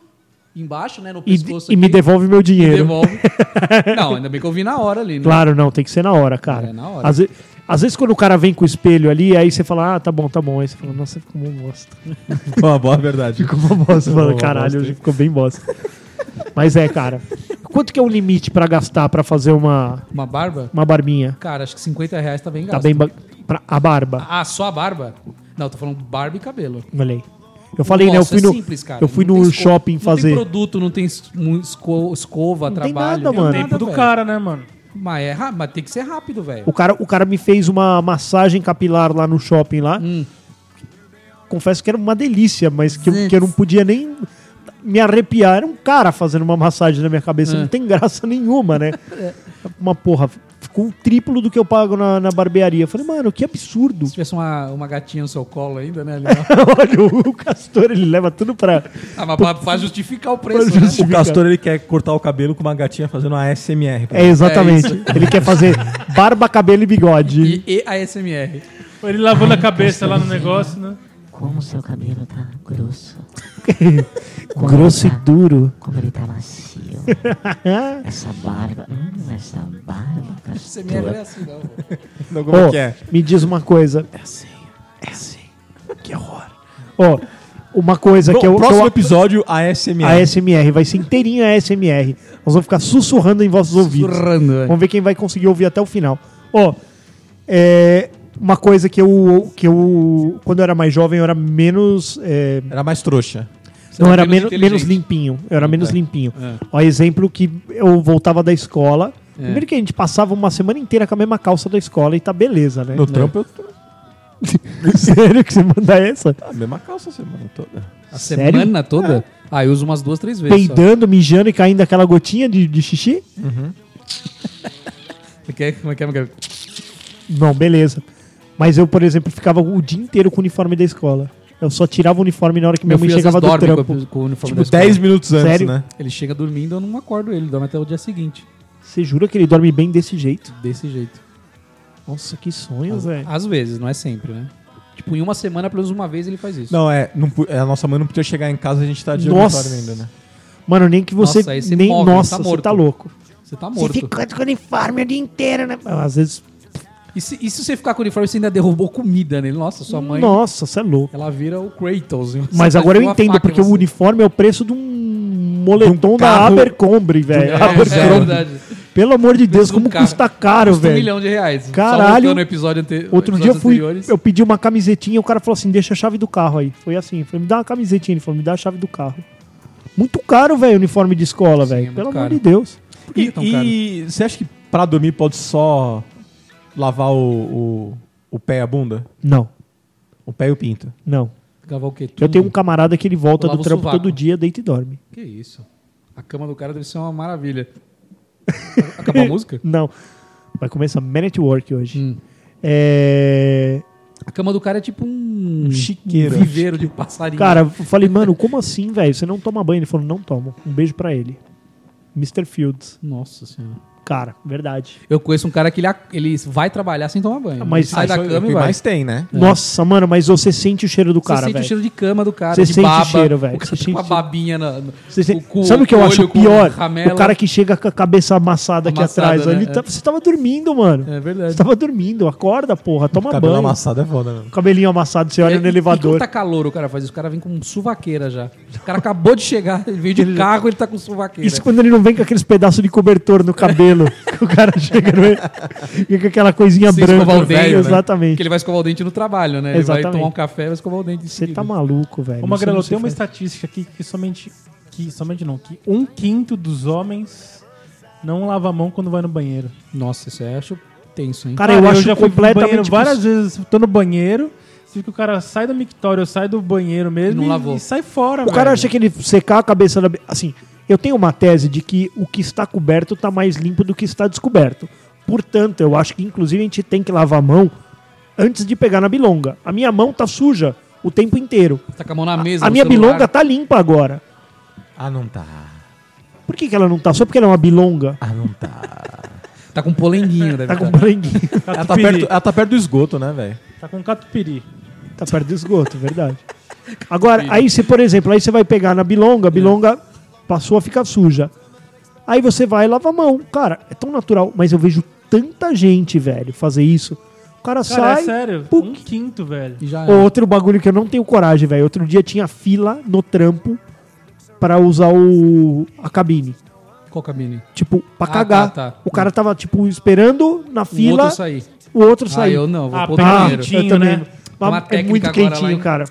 [SPEAKER 4] embaixo, né, no
[SPEAKER 3] E,
[SPEAKER 4] pescoço
[SPEAKER 3] e me
[SPEAKER 4] aqui,
[SPEAKER 3] devolve meu
[SPEAKER 4] e
[SPEAKER 3] dinheiro.
[SPEAKER 4] devolve. não, ainda bem que eu vi na hora ali, né?
[SPEAKER 3] Claro, não, tem que ser na hora, cara.
[SPEAKER 4] É, na hora.
[SPEAKER 3] Às, ve- às vezes quando o cara vem com o espelho ali, aí você fala, ah, tá bom, tá bom. Aí você fala, nossa, ficou uma bosta.
[SPEAKER 2] Uma boa verdade.
[SPEAKER 3] Ficou uma bosta. Você fala,
[SPEAKER 2] Uma
[SPEAKER 3] caralho,
[SPEAKER 2] bosta.
[SPEAKER 3] hoje ficou bem bosta. Mas é, cara. Quanto que é o limite pra gastar pra fazer uma,
[SPEAKER 4] Uma barba?
[SPEAKER 3] uma barbinha?
[SPEAKER 4] Cara, acho que 50 reais tá bem gasto.
[SPEAKER 3] Tá bem ba- pra, a barba.
[SPEAKER 4] Ah, só a barba? Não, tô falando barba e cabelo.
[SPEAKER 3] Olha aí. Eu falei,
[SPEAKER 4] Nossa,
[SPEAKER 3] né? Eu fui
[SPEAKER 4] é
[SPEAKER 3] no,
[SPEAKER 4] simples, cara.
[SPEAKER 3] eu fui
[SPEAKER 4] Não tem
[SPEAKER 3] no
[SPEAKER 4] esco-
[SPEAKER 3] shopping fazer.
[SPEAKER 4] Não tem produto, não tem es- mu- esco- escova,
[SPEAKER 3] tem
[SPEAKER 4] trabalho.
[SPEAKER 3] nada, mano. é
[SPEAKER 5] Tempo do
[SPEAKER 4] velho.
[SPEAKER 5] cara, né, mano?
[SPEAKER 4] Mas, é ra- mas tem que ser rápido, velho.
[SPEAKER 3] O cara, o cara me fez uma massagem capilar lá no shopping lá.
[SPEAKER 4] Hum.
[SPEAKER 3] Confesso que era uma delícia, mas que, eu- que eu não podia nem me arrepiar.
[SPEAKER 4] É.
[SPEAKER 3] Era um cara fazendo uma massagem na minha cabeça. Não tem graça nenhuma, né? Uma porra. com o triplo do que eu pago na, na barbearia. Eu falei, mano, que absurdo.
[SPEAKER 4] Se tivesse uma, uma gatinha no seu colo ainda, né? Ali,
[SPEAKER 3] Olha, o Castor, ele leva tudo pra...
[SPEAKER 4] ah, mas pra- pra justificar o preço,
[SPEAKER 3] Pra
[SPEAKER 4] né?
[SPEAKER 3] justificar.
[SPEAKER 2] O Castor ele quer cortar o cabelo com uma gatinha fazendo uma ASMR.
[SPEAKER 3] É, exatamente. ele quer fazer barba, cabelo e bigode.
[SPEAKER 4] E, e a SMR.
[SPEAKER 5] Ele lavando a cabeça lá no negócio, né?
[SPEAKER 8] Como seu cabelo tá grosso.
[SPEAKER 3] Grosso e duro.
[SPEAKER 8] Como ele tá macio. essa barba. Hum, essa barba,
[SPEAKER 4] SMR não é
[SPEAKER 8] cara.
[SPEAKER 4] assim, não.
[SPEAKER 2] Não, como é
[SPEAKER 3] Ô,
[SPEAKER 2] que é?
[SPEAKER 3] Me diz uma coisa. É assim. É assim. Que horror. Ó, uma coisa
[SPEAKER 2] Bom,
[SPEAKER 3] que eu.
[SPEAKER 2] próximo
[SPEAKER 3] que eu-
[SPEAKER 2] episódio, ASMR.
[SPEAKER 3] a SMR vai ser inteirinha a SMR. Nós vamos ficar sussurrando em vossos ouvidos.
[SPEAKER 4] Surrando, né?
[SPEAKER 3] Vamos ver quem vai conseguir ouvir até o final. Ó, é, uma coisa que eu, que eu. Quando eu era mais jovem, eu era menos. é,
[SPEAKER 2] Era mais trouxa.
[SPEAKER 4] Você
[SPEAKER 3] não,
[SPEAKER 4] tá
[SPEAKER 3] era
[SPEAKER 4] menos
[SPEAKER 3] menos,
[SPEAKER 4] inteligente.
[SPEAKER 3] menos limpinho. Eu era
[SPEAKER 2] É.
[SPEAKER 3] menos limpinho. Ó, exemplo que eu voltava da escola.
[SPEAKER 2] É.
[SPEAKER 3] Primeiro que a gente passava uma semana inteira com a mesma calça da escola e tá beleza, né?
[SPEAKER 2] No trampo eu tô tá,
[SPEAKER 3] Sério que você manda essa?
[SPEAKER 2] a mesma calça assim, a semana toda.
[SPEAKER 4] A
[SPEAKER 3] Sério?
[SPEAKER 4] semana toda? Ah, eu uso umas duas, três vezes. só.
[SPEAKER 3] Peidando, mijando e caindo aquela gotinha de, de xixi?
[SPEAKER 4] Você quer- Como é que é? Como é que é?
[SPEAKER 3] Não, beleza. Mas eu, por exemplo, ficava o dia inteiro com o uniforme da escola. Eu só tirava o uniforme na hora que minha
[SPEAKER 4] Meu
[SPEAKER 3] mãe
[SPEAKER 4] filho às
[SPEAKER 3] chegava
[SPEAKER 4] vezes
[SPEAKER 3] do
[SPEAKER 4] dorme com,
[SPEAKER 3] trampo.
[SPEAKER 4] a- com o uniforme
[SPEAKER 2] Tipo,
[SPEAKER 4] da escola.
[SPEAKER 2] 10 minutos antes,
[SPEAKER 3] Sério?
[SPEAKER 2] né?
[SPEAKER 4] Ele chega dormindo, eu não acordo ele, dorme até o dia seguinte.
[SPEAKER 3] Você jura que ele dorme bem desse jeito?
[SPEAKER 4] Desse jeito.
[SPEAKER 3] Nossa, que sonho,
[SPEAKER 4] Às,
[SPEAKER 3] velho.
[SPEAKER 4] às vezes, não é sempre, né? Tipo, em uma semana, pelo menos uma vez ele faz isso.
[SPEAKER 2] Não, é, não pu- é, A nossa mãe não podia chegar em casa, a gente tá de
[SPEAKER 3] Nossa.
[SPEAKER 2] uniforme ainda, né?
[SPEAKER 3] Mano, nem que você.
[SPEAKER 4] Nossa, aí você
[SPEAKER 3] nem,
[SPEAKER 4] morre,
[SPEAKER 3] nossa,
[SPEAKER 4] tá
[SPEAKER 3] você
[SPEAKER 4] morto.
[SPEAKER 3] tá louco.
[SPEAKER 4] Você tá
[SPEAKER 3] Você
[SPEAKER 4] morto.
[SPEAKER 3] fica com o uniforme o dia inteiro, né? Às vezes.
[SPEAKER 4] E, se, e se você ficar com o uniforme, você ainda derrubou comida nele? Nossa, sua mãe.
[SPEAKER 3] Nossa, você é louco.
[SPEAKER 4] Ela vira o Kratos. viu?
[SPEAKER 3] Mas
[SPEAKER 4] Você
[SPEAKER 3] agora eu
[SPEAKER 4] tá com uma
[SPEAKER 3] entendo,
[SPEAKER 4] faca
[SPEAKER 3] porque
[SPEAKER 4] em
[SPEAKER 3] o
[SPEAKER 4] você.
[SPEAKER 3] uniforme é o preço de um moletom da
[SPEAKER 2] carro.
[SPEAKER 3] Abercrombie, velho.
[SPEAKER 4] É, é
[SPEAKER 3] Abercrombie.
[SPEAKER 4] verdade.
[SPEAKER 3] Pelo amor de Deus,
[SPEAKER 4] de um
[SPEAKER 3] como
[SPEAKER 4] carro.
[SPEAKER 3] custa caro,
[SPEAKER 4] Custa um
[SPEAKER 3] velho.
[SPEAKER 4] milhão de reais.
[SPEAKER 3] Caralho.
[SPEAKER 4] Só voltando ao episódio ante...
[SPEAKER 3] Outro
[SPEAKER 4] episódios
[SPEAKER 3] dia eu fui,
[SPEAKER 4] anteriores.
[SPEAKER 3] eu pedi uma camisetinha e o cara falou assim: deixa a chave do carro aí. Foi assim, eu falei, me dá uma camisetinha. Ele falou, me dá a chave do carro. Muito caro, velho, uniforme de escola,
[SPEAKER 4] Sim, é
[SPEAKER 3] velho.
[SPEAKER 4] muito
[SPEAKER 3] Pelo amor
[SPEAKER 4] caro.
[SPEAKER 3] de Deus.
[SPEAKER 4] Por que é tão caro?
[SPEAKER 2] e você acha que pra dormir pode só lavar o, o, o pé e a bunda?
[SPEAKER 3] Não,
[SPEAKER 2] O pé e o pinto?
[SPEAKER 3] não.
[SPEAKER 4] Cavar o quê?
[SPEAKER 3] Eu
[SPEAKER 4] Tudo?
[SPEAKER 3] tenho um camarada que ele volta
[SPEAKER 4] Hum. Eu lavo
[SPEAKER 3] do
[SPEAKER 4] o
[SPEAKER 3] trampo
[SPEAKER 4] sovaco.
[SPEAKER 3] todo dia, deita e dorme.
[SPEAKER 4] Que isso? A cama do cara deve ser uma maravilha. Acabou a música?
[SPEAKER 3] Não. Vai começar Man at Work hoje.
[SPEAKER 4] Hum.
[SPEAKER 3] É.
[SPEAKER 4] A cama do cara é tipo um,
[SPEAKER 2] chiqueiro.
[SPEAKER 4] um viveiro de passarinho.
[SPEAKER 3] Cara, eu falei, mano, como assim, velho? Você não toma banho? Ele falou, não tomo. Um beijo pra ele. Mr. Fields.
[SPEAKER 4] Nossa senhora.
[SPEAKER 3] Cara, verdade.
[SPEAKER 4] Eu conheço um cara que ele, ac- ele vai trabalhar sem tomar banho.
[SPEAKER 3] Mas-
[SPEAKER 4] Ele sai
[SPEAKER 3] Ah,
[SPEAKER 4] da
[SPEAKER 2] Isso é o
[SPEAKER 4] cama
[SPEAKER 2] que
[SPEAKER 4] e vai.
[SPEAKER 2] mais tem, né?
[SPEAKER 3] Nossa, mano, mas você sente o cheiro do
[SPEAKER 4] Você
[SPEAKER 3] cara,
[SPEAKER 4] sente
[SPEAKER 3] velho.
[SPEAKER 4] o cheiro de cama do cara,
[SPEAKER 3] Você
[SPEAKER 4] de
[SPEAKER 3] sente o
[SPEAKER 4] baba.
[SPEAKER 3] cheiro, velho.
[SPEAKER 4] O
[SPEAKER 3] Você
[SPEAKER 4] cara tá com
[SPEAKER 3] sente
[SPEAKER 4] a
[SPEAKER 3] o cheiro.
[SPEAKER 4] babinha na, no,
[SPEAKER 3] Você se-
[SPEAKER 4] o cu-
[SPEAKER 3] Sabe o que eu
[SPEAKER 4] olho
[SPEAKER 3] acho
[SPEAKER 4] com
[SPEAKER 3] pior?
[SPEAKER 4] ramela.
[SPEAKER 3] O cara que chega com a cabeça amassada,
[SPEAKER 4] Amassada,
[SPEAKER 3] aqui atrás.
[SPEAKER 4] né?
[SPEAKER 3] Ele
[SPEAKER 4] É.
[SPEAKER 3] tá- Você tava dormindo, mano.
[SPEAKER 4] É verdade.
[SPEAKER 3] Você tava dormindo. Acorda, porra. Toma
[SPEAKER 2] Cabelo
[SPEAKER 3] banho.
[SPEAKER 2] amassado é foda, né?
[SPEAKER 3] Cabelinho amassado, você olha
[SPEAKER 4] É,
[SPEAKER 3] no
[SPEAKER 4] e- E
[SPEAKER 3] elevador.
[SPEAKER 4] quando tá calor, o cara faz isso. O cara vem com suvaqueira já. O cara acabou de chegar, ele veio de carro, ele tá com suvaqueira.
[SPEAKER 3] Isso quando ele não vem com aqueles pedaços de cobertor no cabelo. que o cara chega no... e com aquela coisinha
[SPEAKER 4] Sem
[SPEAKER 3] branca.
[SPEAKER 4] escovar o dente, né?
[SPEAKER 3] Exatamente.
[SPEAKER 4] Porque ele vai escovar o dente no trabalho, né? Ele vai
[SPEAKER 3] Exatamente.
[SPEAKER 4] tomar um café e vai escovar o dente. em
[SPEAKER 3] Você
[SPEAKER 4] seguida.
[SPEAKER 3] tá maluco, velho.
[SPEAKER 5] Ô, Magrelo,
[SPEAKER 3] Isso
[SPEAKER 5] tem
[SPEAKER 3] não
[SPEAKER 5] uma
[SPEAKER 3] se faz.
[SPEAKER 5] estatística aqui que somente. Que somente não, que um quinto dos homens não lava a mão quando vai no banheiro.
[SPEAKER 4] Nossa, isso aí eu acho tenso, hein?
[SPEAKER 3] Cara, eu acho
[SPEAKER 5] já fui no banheiro
[SPEAKER 3] completamente...
[SPEAKER 5] várias vezes, tô no banheiro, sinto que o cara sai do mictório, sai do banheiro mesmo
[SPEAKER 4] Não
[SPEAKER 5] e,
[SPEAKER 4] lavou.
[SPEAKER 5] e sai fora,
[SPEAKER 3] O cara acha que ele secar a cabeça da. Assim, eu tenho uma tese de que o que está coberto está mais limpo do que está descoberto. Portanto, eu acho que inclusive a gente tem que lavar a mão antes de pegar na bilonga. A minha mão tá suja o tempo inteiro.
[SPEAKER 4] Tá com a mão na mesa.
[SPEAKER 3] a
[SPEAKER 4] no
[SPEAKER 3] minha
[SPEAKER 4] celular.
[SPEAKER 3] bilonga tá limpa agora.
[SPEAKER 2] Ah, não tá.
[SPEAKER 3] Por que, que ela não tá? Só porque ela é uma bilonga?
[SPEAKER 2] Ah, não tá.
[SPEAKER 4] Tá com um polenguinho, deve
[SPEAKER 3] Tá com
[SPEAKER 4] estar.
[SPEAKER 3] branguinho.
[SPEAKER 2] ela, tá perto, ela tá perto do esgoto, né, velho?
[SPEAKER 5] Tá com catupiry.
[SPEAKER 3] tá perto do esgoto, verdade. Agora, aí você, por exemplo, aí você vai pegar na
[SPEAKER 4] É.
[SPEAKER 3] bilonga, a bilonga passou a ficar suja. Aí você vai e lava a mão. Cara, é tão natural, mas eu vejo tanta gente, velho, fazer isso. O cara,
[SPEAKER 5] Cara,
[SPEAKER 3] sai.
[SPEAKER 5] é sério.
[SPEAKER 3] pô,
[SPEAKER 4] Hum.
[SPEAKER 5] Um quinto, velho.
[SPEAKER 4] E já é.
[SPEAKER 3] Outro bagulho que eu não tenho coragem, velho. Outro dia tinha fila no trampo pra usar o a cabine.
[SPEAKER 4] Qual é cabine?
[SPEAKER 3] Tipo, pra
[SPEAKER 4] Ah,
[SPEAKER 3] cagar.
[SPEAKER 4] tá, tá.
[SPEAKER 3] O cara tava, tipo, esperando na
[SPEAKER 4] O
[SPEAKER 3] fila,
[SPEAKER 4] outro é sair.
[SPEAKER 3] o outro
[SPEAKER 4] Ah,
[SPEAKER 3] saiu.
[SPEAKER 4] eu não. Vou
[SPEAKER 5] Ah,
[SPEAKER 4] pôr
[SPEAKER 5] pega
[SPEAKER 4] no
[SPEAKER 3] Ah,
[SPEAKER 4] banheiro.
[SPEAKER 5] gente.
[SPEAKER 3] eu
[SPEAKER 5] quentinho,
[SPEAKER 3] também.
[SPEAKER 5] né?
[SPEAKER 3] Mas
[SPEAKER 4] Uma
[SPEAKER 3] é
[SPEAKER 4] técnica
[SPEAKER 3] muito
[SPEAKER 4] agora lá,
[SPEAKER 3] quentinho,
[SPEAKER 4] hein?
[SPEAKER 3] cara.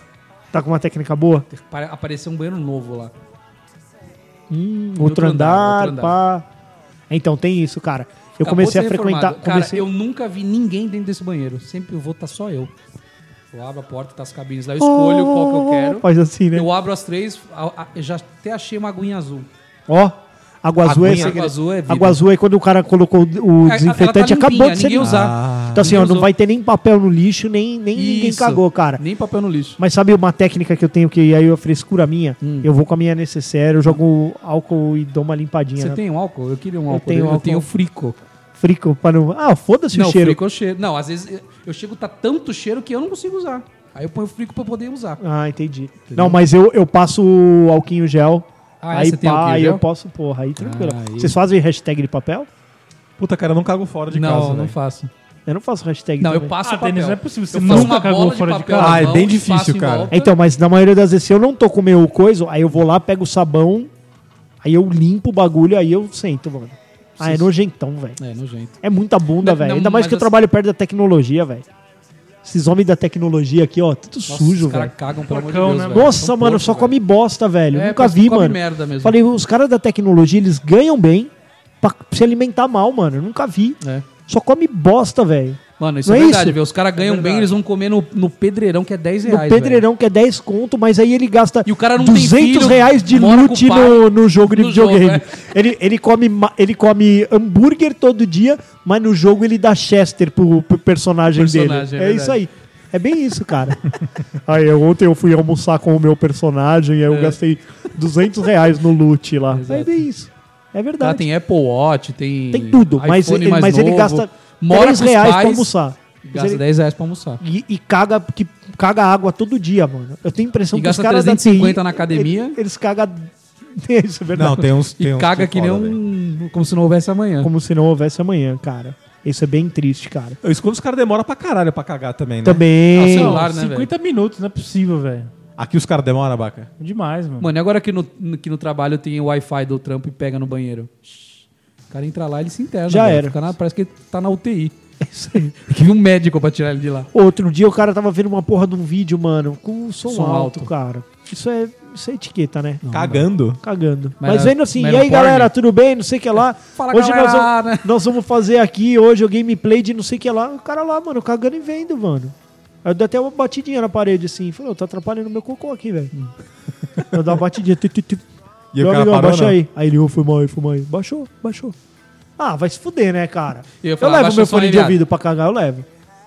[SPEAKER 3] Tá com uma técnica boa?
[SPEAKER 4] Apare- Apareceu um banheiro novo lá.
[SPEAKER 3] Hum, outro,
[SPEAKER 4] outro
[SPEAKER 3] andar,
[SPEAKER 4] andar, outro
[SPEAKER 3] pá. Então tem isso, cara. Eu
[SPEAKER 4] Acabou
[SPEAKER 3] comecei a
[SPEAKER 4] de ser
[SPEAKER 3] frequentar.
[SPEAKER 4] reformado.
[SPEAKER 3] comecei-
[SPEAKER 4] Cara, eu nunca vi ninguém dentro desse banheiro. Sempre eu vou estar só eu. Eu abro a porta, tá as cabines lá, eu escolho qual que eu quero.
[SPEAKER 3] Faz assim, né?
[SPEAKER 4] Eu abro as três, a- a- eu já até achei uma aguinha azul.
[SPEAKER 3] Ó, Água azul, é,
[SPEAKER 4] Aguinha, água azul é vida.
[SPEAKER 3] água azul é quando o cara colocou o
[SPEAKER 4] Ela-
[SPEAKER 3] desinfetante,
[SPEAKER 4] ela tá
[SPEAKER 3] acabou
[SPEAKER 4] limpinha,
[SPEAKER 3] de ser
[SPEAKER 4] ninguém
[SPEAKER 3] limpo.
[SPEAKER 4] usa.
[SPEAKER 3] Então assim, ó,
[SPEAKER 4] Ninguém
[SPEAKER 3] não
[SPEAKER 4] usou.
[SPEAKER 3] vai ter nem papel no lixo, nem, nem ninguém
[SPEAKER 4] Isso.
[SPEAKER 3] cagou, cara.
[SPEAKER 4] Nem papel no lixo.
[SPEAKER 3] Mas sabe uma técnica que eu tenho que aí a frescura minha?
[SPEAKER 4] Hum.
[SPEAKER 3] Eu vou com a minha necessaire, eu jogo álcool e dou uma limpadinha.
[SPEAKER 4] Você
[SPEAKER 3] né?
[SPEAKER 4] tem um álcool? Eu queria um álcool.
[SPEAKER 3] tenho
[SPEAKER 4] Eu,
[SPEAKER 3] álcool.
[SPEAKER 4] tenho frico.
[SPEAKER 3] Frico para não. Ah, foda-se
[SPEAKER 4] não,
[SPEAKER 3] o cheiro.
[SPEAKER 4] frico eu cheiro. Não, às vezes eu chego, tá tanto cheiro que eu não consigo usar. Aí eu ponho frico pra eu poder usar.
[SPEAKER 3] Ah, entendi. Não, mas eu, eu passo o alquinho gel.
[SPEAKER 4] Ah, é?
[SPEAKER 3] aí
[SPEAKER 4] Você tem
[SPEAKER 3] pá,
[SPEAKER 4] alquinho
[SPEAKER 3] aí
[SPEAKER 4] gel?
[SPEAKER 3] eu posso, porra, aí tranquilo.
[SPEAKER 4] Ah, aí.
[SPEAKER 3] Vocês fazem hashtag de papel?
[SPEAKER 5] Puta, cara, eu não cago fora de
[SPEAKER 4] não,
[SPEAKER 5] casa.
[SPEAKER 2] né?
[SPEAKER 4] não
[SPEAKER 5] velho.
[SPEAKER 4] faço.
[SPEAKER 3] Eu não faço hashtag
[SPEAKER 4] Não, eu
[SPEAKER 3] também.
[SPEAKER 4] passo
[SPEAKER 5] Ah,
[SPEAKER 4] o papel.
[SPEAKER 5] Denis, não é possível, você
[SPEAKER 4] eu faço
[SPEAKER 5] nunca
[SPEAKER 4] uma
[SPEAKER 5] cagou
[SPEAKER 4] bola de
[SPEAKER 5] fora de
[SPEAKER 4] papel
[SPEAKER 5] casa.
[SPEAKER 4] na
[SPEAKER 2] Ah, é
[SPEAKER 4] mão,
[SPEAKER 2] bem
[SPEAKER 4] faço
[SPEAKER 2] difícil,
[SPEAKER 4] em
[SPEAKER 2] cara.
[SPEAKER 4] volta.
[SPEAKER 3] Então, mas na maioria das vezes, se eu não tô com o meu coisa, aí eu vou lá, pego o sabão, aí eu limpo o bagulho, aí eu sento, mano. Ah, é nojentão, velho.
[SPEAKER 4] É, nojento.
[SPEAKER 3] É muita bunda,
[SPEAKER 4] Não,
[SPEAKER 3] velho.
[SPEAKER 4] não,
[SPEAKER 3] Ainda mais
[SPEAKER 4] mas
[SPEAKER 3] que eu
[SPEAKER 4] assim-
[SPEAKER 3] trabalho perto da tecnologia, velho. Esses homens da tecnologia aqui, ó, tudo
[SPEAKER 4] Nossa,
[SPEAKER 3] sujo, velho.
[SPEAKER 4] Os caras cagam, pelo amor de
[SPEAKER 5] Porcão,
[SPEAKER 4] Deus,
[SPEAKER 5] né,
[SPEAKER 4] velho.
[SPEAKER 3] Nossa,
[SPEAKER 4] São
[SPEAKER 3] mano,
[SPEAKER 4] porcos,
[SPEAKER 3] só
[SPEAKER 4] velho.
[SPEAKER 3] come bosta, velho.
[SPEAKER 4] É,
[SPEAKER 3] Nunca
[SPEAKER 4] parece
[SPEAKER 3] vi,
[SPEAKER 4] que come
[SPEAKER 3] mano.
[SPEAKER 4] merda mesmo.
[SPEAKER 3] Falei, os caras da tecnologia, eles ganham bem pra se alimentar mal, mano. Eu Nunca vi.
[SPEAKER 4] É.
[SPEAKER 3] Só come bosta, velho.
[SPEAKER 4] Mano, isso
[SPEAKER 3] Não
[SPEAKER 4] é
[SPEAKER 3] é
[SPEAKER 4] verdade,
[SPEAKER 3] isso?
[SPEAKER 4] velho. Os caras ganham bem, eles vão comer no, no pedreirão, que é 10
[SPEAKER 3] No
[SPEAKER 4] reais.
[SPEAKER 3] pedreirão, que é 10 conto, mas aí ele gasta
[SPEAKER 4] E o cara não tem
[SPEAKER 3] 200
[SPEAKER 4] filho,
[SPEAKER 3] reais de
[SPEAKER 4] mora com o
[SPEAKER 3] loot
[SPEAKER 4] pai.
[SPEAKER 3] no, no jogo de
[SPEAKER 4] No jogo,
[SPEAKER 3] videogame.
[SPEAKER 4] é.
[SPEAKER 3] ele, ele, come, ma- ele come hambúrguer todo dia, mas no jogo ele dá Chester pro, pro personagem,
[SPEAKER 4] Personagem,
[SPEAKER 3] dele.
[SPEAKER 4] é
[SPEAKER 3] É, isso aí. É bem isso, cara. aí eu- ontem eu fui almoçar com o meu personagem e aí eu
[SPEAKER 4] É.
[SPEAKER 3] gastei 200 reais no loot lá. É bem isso. É
[SPEAKER 4] velho. Tá,
[SPEAKER 3] verdade.
[SPEAKER 4] tem Apple Watch, tem.
[SPEAKER 3] Tem tudo, mas
[SPEAKER 4] iPhone
[SPEAKER 3] ele-
[SPEAKER 4] mais
[SPEAKER 3] mas ele
[SPEAKER 4] novo,
[SPEAKER 3] gasta
[SPEAKER 4] mora
[SPEAKER 3] 10
[SPEAKER 4] com os
[SPEAKER 3] reais pra
[SPEAKER 4] pais,
[SPEAKER 3] almoçar. Mas
[SPEAKER 4] Gasta
[SPEAKER 3] ele-
[SPEAKER 4] 10 reais pra almoçar.
[SPEAKER 3] e, e caga, que caga água todo dia, mano. Eu tenho a impressão
[SPEAKER 4] E
[SPEAKER 3] que os
[SPEAKER 4] gasta
[SPEAKER 3] caras da
[SPEAKER 4] 350
[SPEAKER 3] TI,
[SPEAKER 4] na academia.
[SPEAKER 3] Eles, eles cagam. Isso é verdade.
[SPEAKER 2] Não, tem uns.
[SPEAKER 4] E
[SPEAKER 2] Tem uns
[SPEAKER 4] caga que nem
[SPEAKER 2] foda, velho.
[SPEAKER 4] um. Como se não houvesse amanhã.
[SPEAKER 3] Como se não houvesse amanhã, cara. Isso é bem triste, cara.
[SPEAKER 2] Isso quando os caras demoram pra caralho pra cagar também, né?
[SPEAKER 4] Ah, o
[SPEAKER 3] Também.
[SPEAKER 4] celular. Claro, né,
[SPEAKER 5] 50 minutos, não é possível, velho.
[SPEAKER 2] Aqui os caras demoram, Baca.
[SPEAKER 5] Demais, mano.
[SPEAKER 4] Mano, e agora que no, que no trabalho tem o Wi-Fi do trampo e pega no banheiro? O cara entra lá, ele se interna.
[SPEAKER 3] Já
[SPEAKER 4] velho.
[SPEAKER 3] era.
[SPEAKER 4] Fica na- parece que ele tá na UTI. Tem que vir um médico pra tirar ele de lá.
[SPEAKER 3] Outro dia o cara tava vendo uma porra de um vídeo, mano, com som,
[SPEAKER 4] Som
[SPEAKER 3] alto,
[SPEAKER 4] alto.
[SPEAKER 3] cara. Isso é, isso é etiqueta, né?
[SPEAKER 2] Cagando.
[SPEAKER 3] Cagando.
[SPEAKER 4] Mas
[SPEAKER 3] Mas,
[SPEAKER 4] era-
[SPEAKER 3] vendo assim,
[SPEAKER 4] mas
[SPEAKER 3] e
[SPEAKER 4] era
[SPEAKER 3] aí
[SPEAKER 4] porn?
[SPEAKER 3] galera, tudo bem? Não sei o que lá.
[SPEAKER 4] Fala,
[SPEAKER 3] hoje nós,
[SPEAKER 4] galera,
[SPEAKER 3] vamos,
[SPEAKER 4] né?
[SPEAKER 3] nós vamos fazer aqui hoje o gameplay de não sei o que lá. O cara lá, mano, cagando e vendo, mano. Aí eu dei até uma batidinha na parede assim. Falei, "Ô, tá atrapalhando meu cocô aqui, velho.
[SPEAKER 4] Hum.
[SPEAKER 3] eu dou uma batidinha. tu, tu, tu.
[SPEAKER 2] E
[SPEAKER 3] Meu
[SPEAKER 2] o cara
[SPEAKER 3] amigão,
[SPEAKER 2] parou,
[SPEAKER 3] baixa
[SPEAKER 2] não?
[SPEAKER 3] aí. Aí ele, ô, foi mal aí, foi mal aí. Baixou, baixou. Ah, vai se fuder, né, cara?
[SPEAKER 4] Eu ia
[SPEAKER 3] Eu,
[SPEAKER 4] falar,
[SPEAKER 3] levo
[SPEAKER 4] baixa
[SPEAKER 3] meu
[SPEAKER 4] o som aí,
[SPEAKER 3] fone de
[SPEAKER 4] viado.
[SPEAKER 3] ouvido pra cagar, eu levo.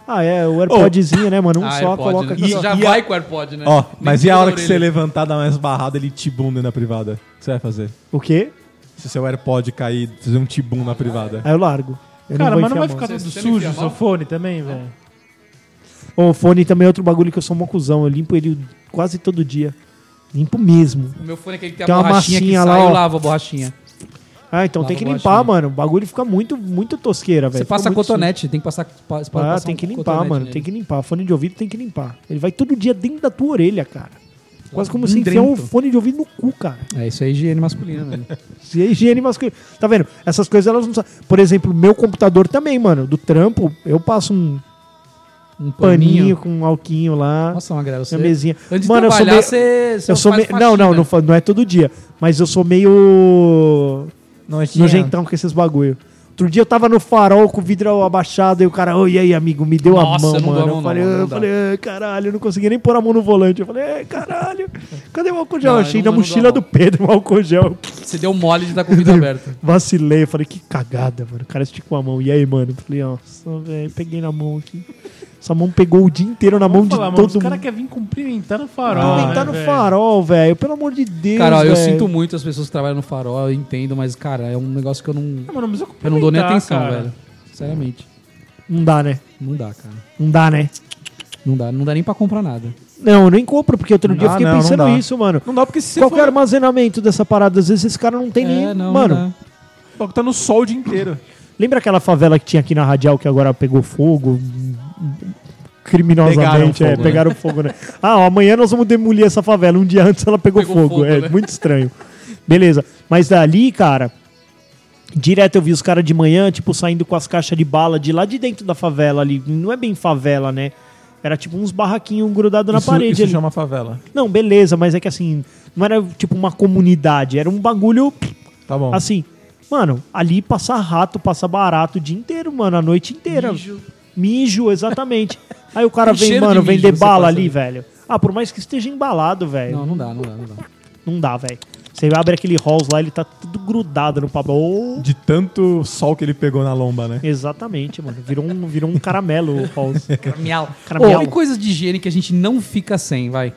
[SPEAKER 3] Ah, é, o AirPodzinho, né, mano? Um
[SPEAKER 4] Ah,
[SPEAKER 3] só,
[SPEAKER 4] AirPod,
[SPEAKER 3] coloca
[SPEAKER 4] né?
[SPEAKER 3] aqui.
[SPEAKER 4] Isso já
[SPEAKER 2] E a-
[SPEAKER 4] vai com o AirPod, né?
[SPEAKER 2] Ó,
[SPEAKER 4] Nem
[SPEAKER 2] mas e
[SPEAKER 4] precisa
[SPEAKER 2] a
[SPEAKER 4] da
[SPEAKER 2] hora que
[SPEAKER 4] orelha.
[SPEAKER 2] você levantar, dar uma esbarrada, ele tibum na privada? O que você vai fazer?
[SPEAKER 3] O quê?
[SPEAKER 2] Se seu AirPod cair, fazer um tibum na privada.
[SPEAKER 3] Aí eu largo. Eu
[SPEAKER 5] Cara,
[SPEAKER 3] vou
[SPEAKER 5] mas não
[SPEAKER 3] enfiar a mão.
[SPEAKER 5] vai ficar
[SPEAKER 4] Você-
[SPEAKER 5] todo
[SPEAKER 4] você não
[SPEAKER 5] sujo
[SPEAKER 4] enfia a
[SPEAKER 5] o seu
[SPEAKER 4] mão?
[SPEAKER 5] fone também, velho?
[SPEAKER 3] O fone também é outro bagulho que eu sou uma cuzão. Eu limpo ele quase todo dia. Limpo mesmo.
[SPEAKER 4] O meu fone é aquele que tem,
[SPEAKER 3] Tem
[SPEAKER 4] a
[SPEAKER 3] uma
[SPEAKER 4] borrachinha que
[SPEAKER 3] massinha lá,
[SPEAKER 4] sai, eu
[SPEAKER 3] ó.
[SPEAKER 4] lavo a borrachinha.
[SPEAKER 3] Ah, então tem
[SPEAKER 4] Lava
[SPEAKER 3] que
[SPEAKER 4] a
[SPEAKER 3] limpar,
[SPEAKER 4] borrachinha.
[SPEAKER 3] mano. O bagulho fica muito, muito tosqueira, velho.
[SPEAKER 4] Você
[SPEAKER 3] Fica
[SPEAKER 4] passa
[SPEAKER 3] muito
[SPEAKER 4] cotonete, tem que passar... pa-
[SPEAKER 3] sujo. Ah,
[SPEAKER 4] passar
[SPEAKER 3] tem
[SPEAKER 4] um
[SPEAKER 3] que limpar,
[SPEAKER 4] cotonete
[SPEAKER 3] mano.
[SPEAKER 4] nele.
[SPEAKER 3] Tem que limpar. Fone de ouvido tem que limpar. Ele vai todo dia dentro da tua orelha, cara. Quase como se
[SPEAKER 4] dentro.
[SPEAKER 3] enfiar um fone de ouvido no cu, cara.
[SPEAKER 4] É, isso é higiene masculina, velho.
[SPEAKER 3] Isso é higiene masculina. Tá vendo? Essas coisas elas não sabem. Por exemplo, meu computador também, mano. Do trampo, eu passo um
[SPEAKER 4] Um
[SPEAKER 3] paninho, com um alquinho lá.
[SPEAKER 4] Nossa, Magrela, você...
[SPEAKER 3] Minha mesinha.
[SPEAKER 4] Antes
[SPEAKER 3] Mano,
[SPEAKER 4] de
[SPEAKER 3] eu sou
[SPEAKER 4] trabalhar,
[SPEAKER 3] meio-
[SPEAKER 4] você... você
[SPEAKER 3] Eu sou
[SPEAKER 4] faz
[SPEAKER 3] meio. Não, não,
[SPEAKER 4] faxina.
[SPEAKER 3] não, fa- não é todo dia. Mas eu sou meio.
[SPEAKER 2] Nojento.
[SPEAKER 3] nojentão com esses bagulho. Outro dia eu tava no farol com o vidro abaixado e o cara, ô, e aí, amigo, me deu
[SPEAKER 4] Nossa,
[SPEAKER 3] a mão,
[SPEAKER 4] eu não dou a
[SPEAKER 3] mano.
[SPEAKER 4] mão,
[SPEAKER 3] eu falei,
[SPEAKER 4] não,
[SPEAKER 3] "Ah",
[SPEAKER 4] não
[SPEAKER 3] eu
[SPEAKER 4] dá.
[SPEAKER 3] falei, "Ah, caralho, eu não conseguia nem pôr a mão no volante. Eu falei, "Ah, caralho, cadê o álcool gel?
[SPEAKER 4] Não, eu
[SPEAKER 3] Eu Achei
[SPEAKER 4] não-
[SPEAKER 3] na
[SPEAKER 4] eu não dou a
[SPEAKER 3] mochila do
[SPEAKER 4] mão.
[SPEAKER 3] Pedro o álcool gel.
[SPEAKER 4] Você deu mole de estar com o vidro aberto.
[SPEAKER 3] Vacilei, eu falei, que cagada, mano. O cara esticou a mão. E aí, mano? Eu falei, nossa, velho, peguei na mão aqui. Essa mão pegou o dia inteiro na mão de
[SPEAKER 5] Fala, mano,
[SPEAKER 3] todo
[SPEAKER 5] os
[SPEAKER 3] mundo.
[SPEAKER 5] caras querem vir cumprimentar no
[SPEAKER 4] é
[SPEAKER 5] farol.
[SPEAKER 3] Cumprimentar
[SPEAKER 5] né,
[SPEAKER 3] no
[SPEAKER 5] velho?
[SPEAKER 3] farol, velho. Pelo amor de Deus.
[SPEAKER 4] Cara, ó, eu
[SPEAKER 3] velho.
[SPEAKER 4] sinto muito as pessoas que trabalham no farol, eu entendo, mas, cara, é um negócio que eu não...
[SPEAKER 5] Não, mano, mas
[SPEAKER 4] Eu não dou nem
[SPEAKER 5] cumprimentar,
[SPEAKER 4] atenção,
[SPEAKER 5] cara.
[SPEAKER 4] velho. Sinceramente.
[SPEAKER 3] Não dá, né?
[SPEAKER 4] Não dá, cara.
[SPEAKER 3] Não dá, né?
[SPEAKER 4] Não dá, não dá nem pra comprar nada.
[SPEAKER 3] Não, eu nem compro, porque outro dia eu
[SPEAKER 2] dá,
[SPEAKER 3] fiquei
[SPEAKER 2] não, não
[SPEAKER 3] pensando
[SPEAKER 2] dá.
[SPEAKER 3] isso, mano.
[SPEAKER 2] Não dá porque se É, você
[SPEAKER 3] Qualquer armazenamento dessa parada, às vezes esse cara não tem nem. mano,
[SPEAKER 4] É, não dá.
[SPEAKER 2] for, tá no sol o dia inteiro.
[SPEAKER 3] lembra aquela favela que tinha aqui na Radial que agora pegou fogo? Hum, hum, Criminosamente,
[SPEAKER 2] Pegaram
[SPEAKER 3] é,
[SPEAKER 2] fogo, né?
[SPEAKER 3] pegaram fogo, né? Ah, ó, amanhã nós vamos demolir essa favela. Um dia antes ela pegou,
[SPEAKER 4] Pegou
[SPEAKER 3] fogo.
[SPEAKER 4] fogo,
[SPEAKER 3] é
[SPEAKER 4] né?
[SPEAKER 3] muito estranho. Beleza. Mas dali, cara, direto eu vi os caras de manhã, tipo, saindo com as caixas de bala de lá de dentro da favela ali. Não é bem favela, né? Era tipo uns barraquinhos grudados na
[SPEAKER 2] isso,
[SPEAKER 3] parede
[SPEAKER 2] isso
[SPEAKER 3] ali.
[SPEAKER 2] chama favela.
[SPEAKER 3] Não, beleza, mas é que assim, não era tipo uma comunidade, era um bagulho
[SPEAKER 2] Tá bom.
[SPEAKER 3] assim. Mano, ali passa rato, passa barato o dia inteiro, mano, a noite inteira. Mijo. exatamente. Aí o cara
[SPEAKER 4] Tem
[SPEAKER 3] vem,
[SPEAKER 4] cheiro de
[SPEAKER 3] mano,
[SPEAKER 4] mijo
[SPEAKER 3] vender
[SPEAKER 4] você
[SPEAKER 3] bala
[SPEAKER 4] passa
[SPEAKER 3] ali,
[SPEAKER 4] ali.
[SPEAKER 3] velho. Ah, por mais que esteja embalado, velho.
[SPEAKER 4] Não, não dá, não dá, não dá.
[SPEAKER 3] Não dá, velho. Você abre aquele halls lá, ele tá tudo grudado no papel. Ô,
[SPEAKER 2] De tanto sol que ele pegou na lomba, né?
[SPEAKER 3] Exatamente, mano. Virou um, virou um caramelo o halls.
[SPEAKER 4] Miau.
[SPEAKER 3] Miau.
[SPEAKER 4] Ô, e coisas de higiene que a gente não fica sem, vai.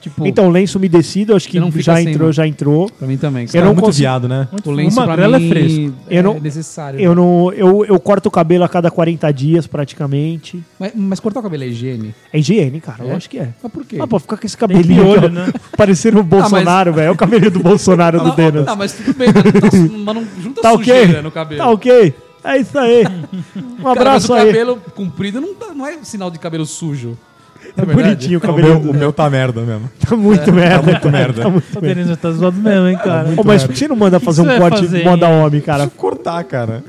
[SPEAKER 4] Tipo,
[SPEAKER 3] Então, lenço umedecido, acho que
[SPEAKER 4] Eu não fico
[SPEAKER 3] já
[SPEAKER 4] assim,
[SPEAKER 3] entrou,
[SPEAKER 4] mano.
[SPEAKER 3] já entrou.
[SPEAKER 4] pra mim também.
[SPEAKER 3] Eu
[SPEAKER 4] cara.
[SPEAKER 3] não
[SPEAKER 2] muito
[SPEAKER 3] consigo-
[SPEAKER 2] viado, né?
[SPEAKER 4] O lenço
[SPEAKER 5] Uma
[SPEAKER 4] pra
[SPEAKER 5] grela é
[SPEAKER 4] mim
[SPEAKER 5] fresco.
[SPEAKER 4] é
[SPEAKER 3] Eu não-
[SPEAKER 4] necessário.
[SPEAKER 3] Eu, não, eu, eu corto o cabelo a cada 40 dias, praticamente.
[SPEAKER 4] Mas, mas cortar o cabelo é higiene?
[SPEAKER 3] É higiene, cara.
[SPEAKER 4] É?
[SPEAKER 3] Eu acho que é.
[SPEAKER 4] Mas por quê?
[SPEAKER 3] Ah, pô, ficar com esse cabelinho
[SPEAKER 5] piolho,
[SPEAKER 3] ó,
[SPEAKER 5] né?
[SPEAKER 4] Ah,
[SPEAKER 3] parecendo o Bolsonaro, velho. É o cabelinho do Bolsonaro do
[SPEAKER 4] não,
[SPEAKER 3] Denos.
[SPEAKER 4] não, mas tudo bem, mas não, tá- mas não junta
[SPEAKER 3] Tá
[SPEAKER 4] tá sujeira
[SPEAKER 3] ok?
[SPEAKER 4] no cabelo.
[SPEAKER 3] Tá ok? É isso aí. Um
[SPEAKER 4] Cara, mas
[SPEAKER 3] abraço
[SPEAKER 4] o
[SPEAKER 3] aí.
[SPEAKER 4] cabelo comprido não, tá- não é sinal de cabelo sujo.
[SPEAKER 3] É
[SPEAKER 4] verdade?
[SPEAKER 3] bonitinho
[SPEAKER 2] O
[SPEAKER 3] o cabelo.
[SPEAKER 2] meu, o meu tá merda mesmo.
[SPEAKER 3] Tá muito merda.
[SPEAKER 2] Muito merda.
[SPEAKER 5] O Denise tá zoado mesmo, hein, cara?
[SPEAKER 3] Ô, mas por que você não manda fazer
[SPEAKER 5] que
[SPEAKER 3] um
[SPEAKER 5] você vai
[SPEAKER 3] corte
[SPEAKER 5] fazer,
[SPEAKER 3] moda homem, cara?
[SPEAKER 2] Cortar, cara.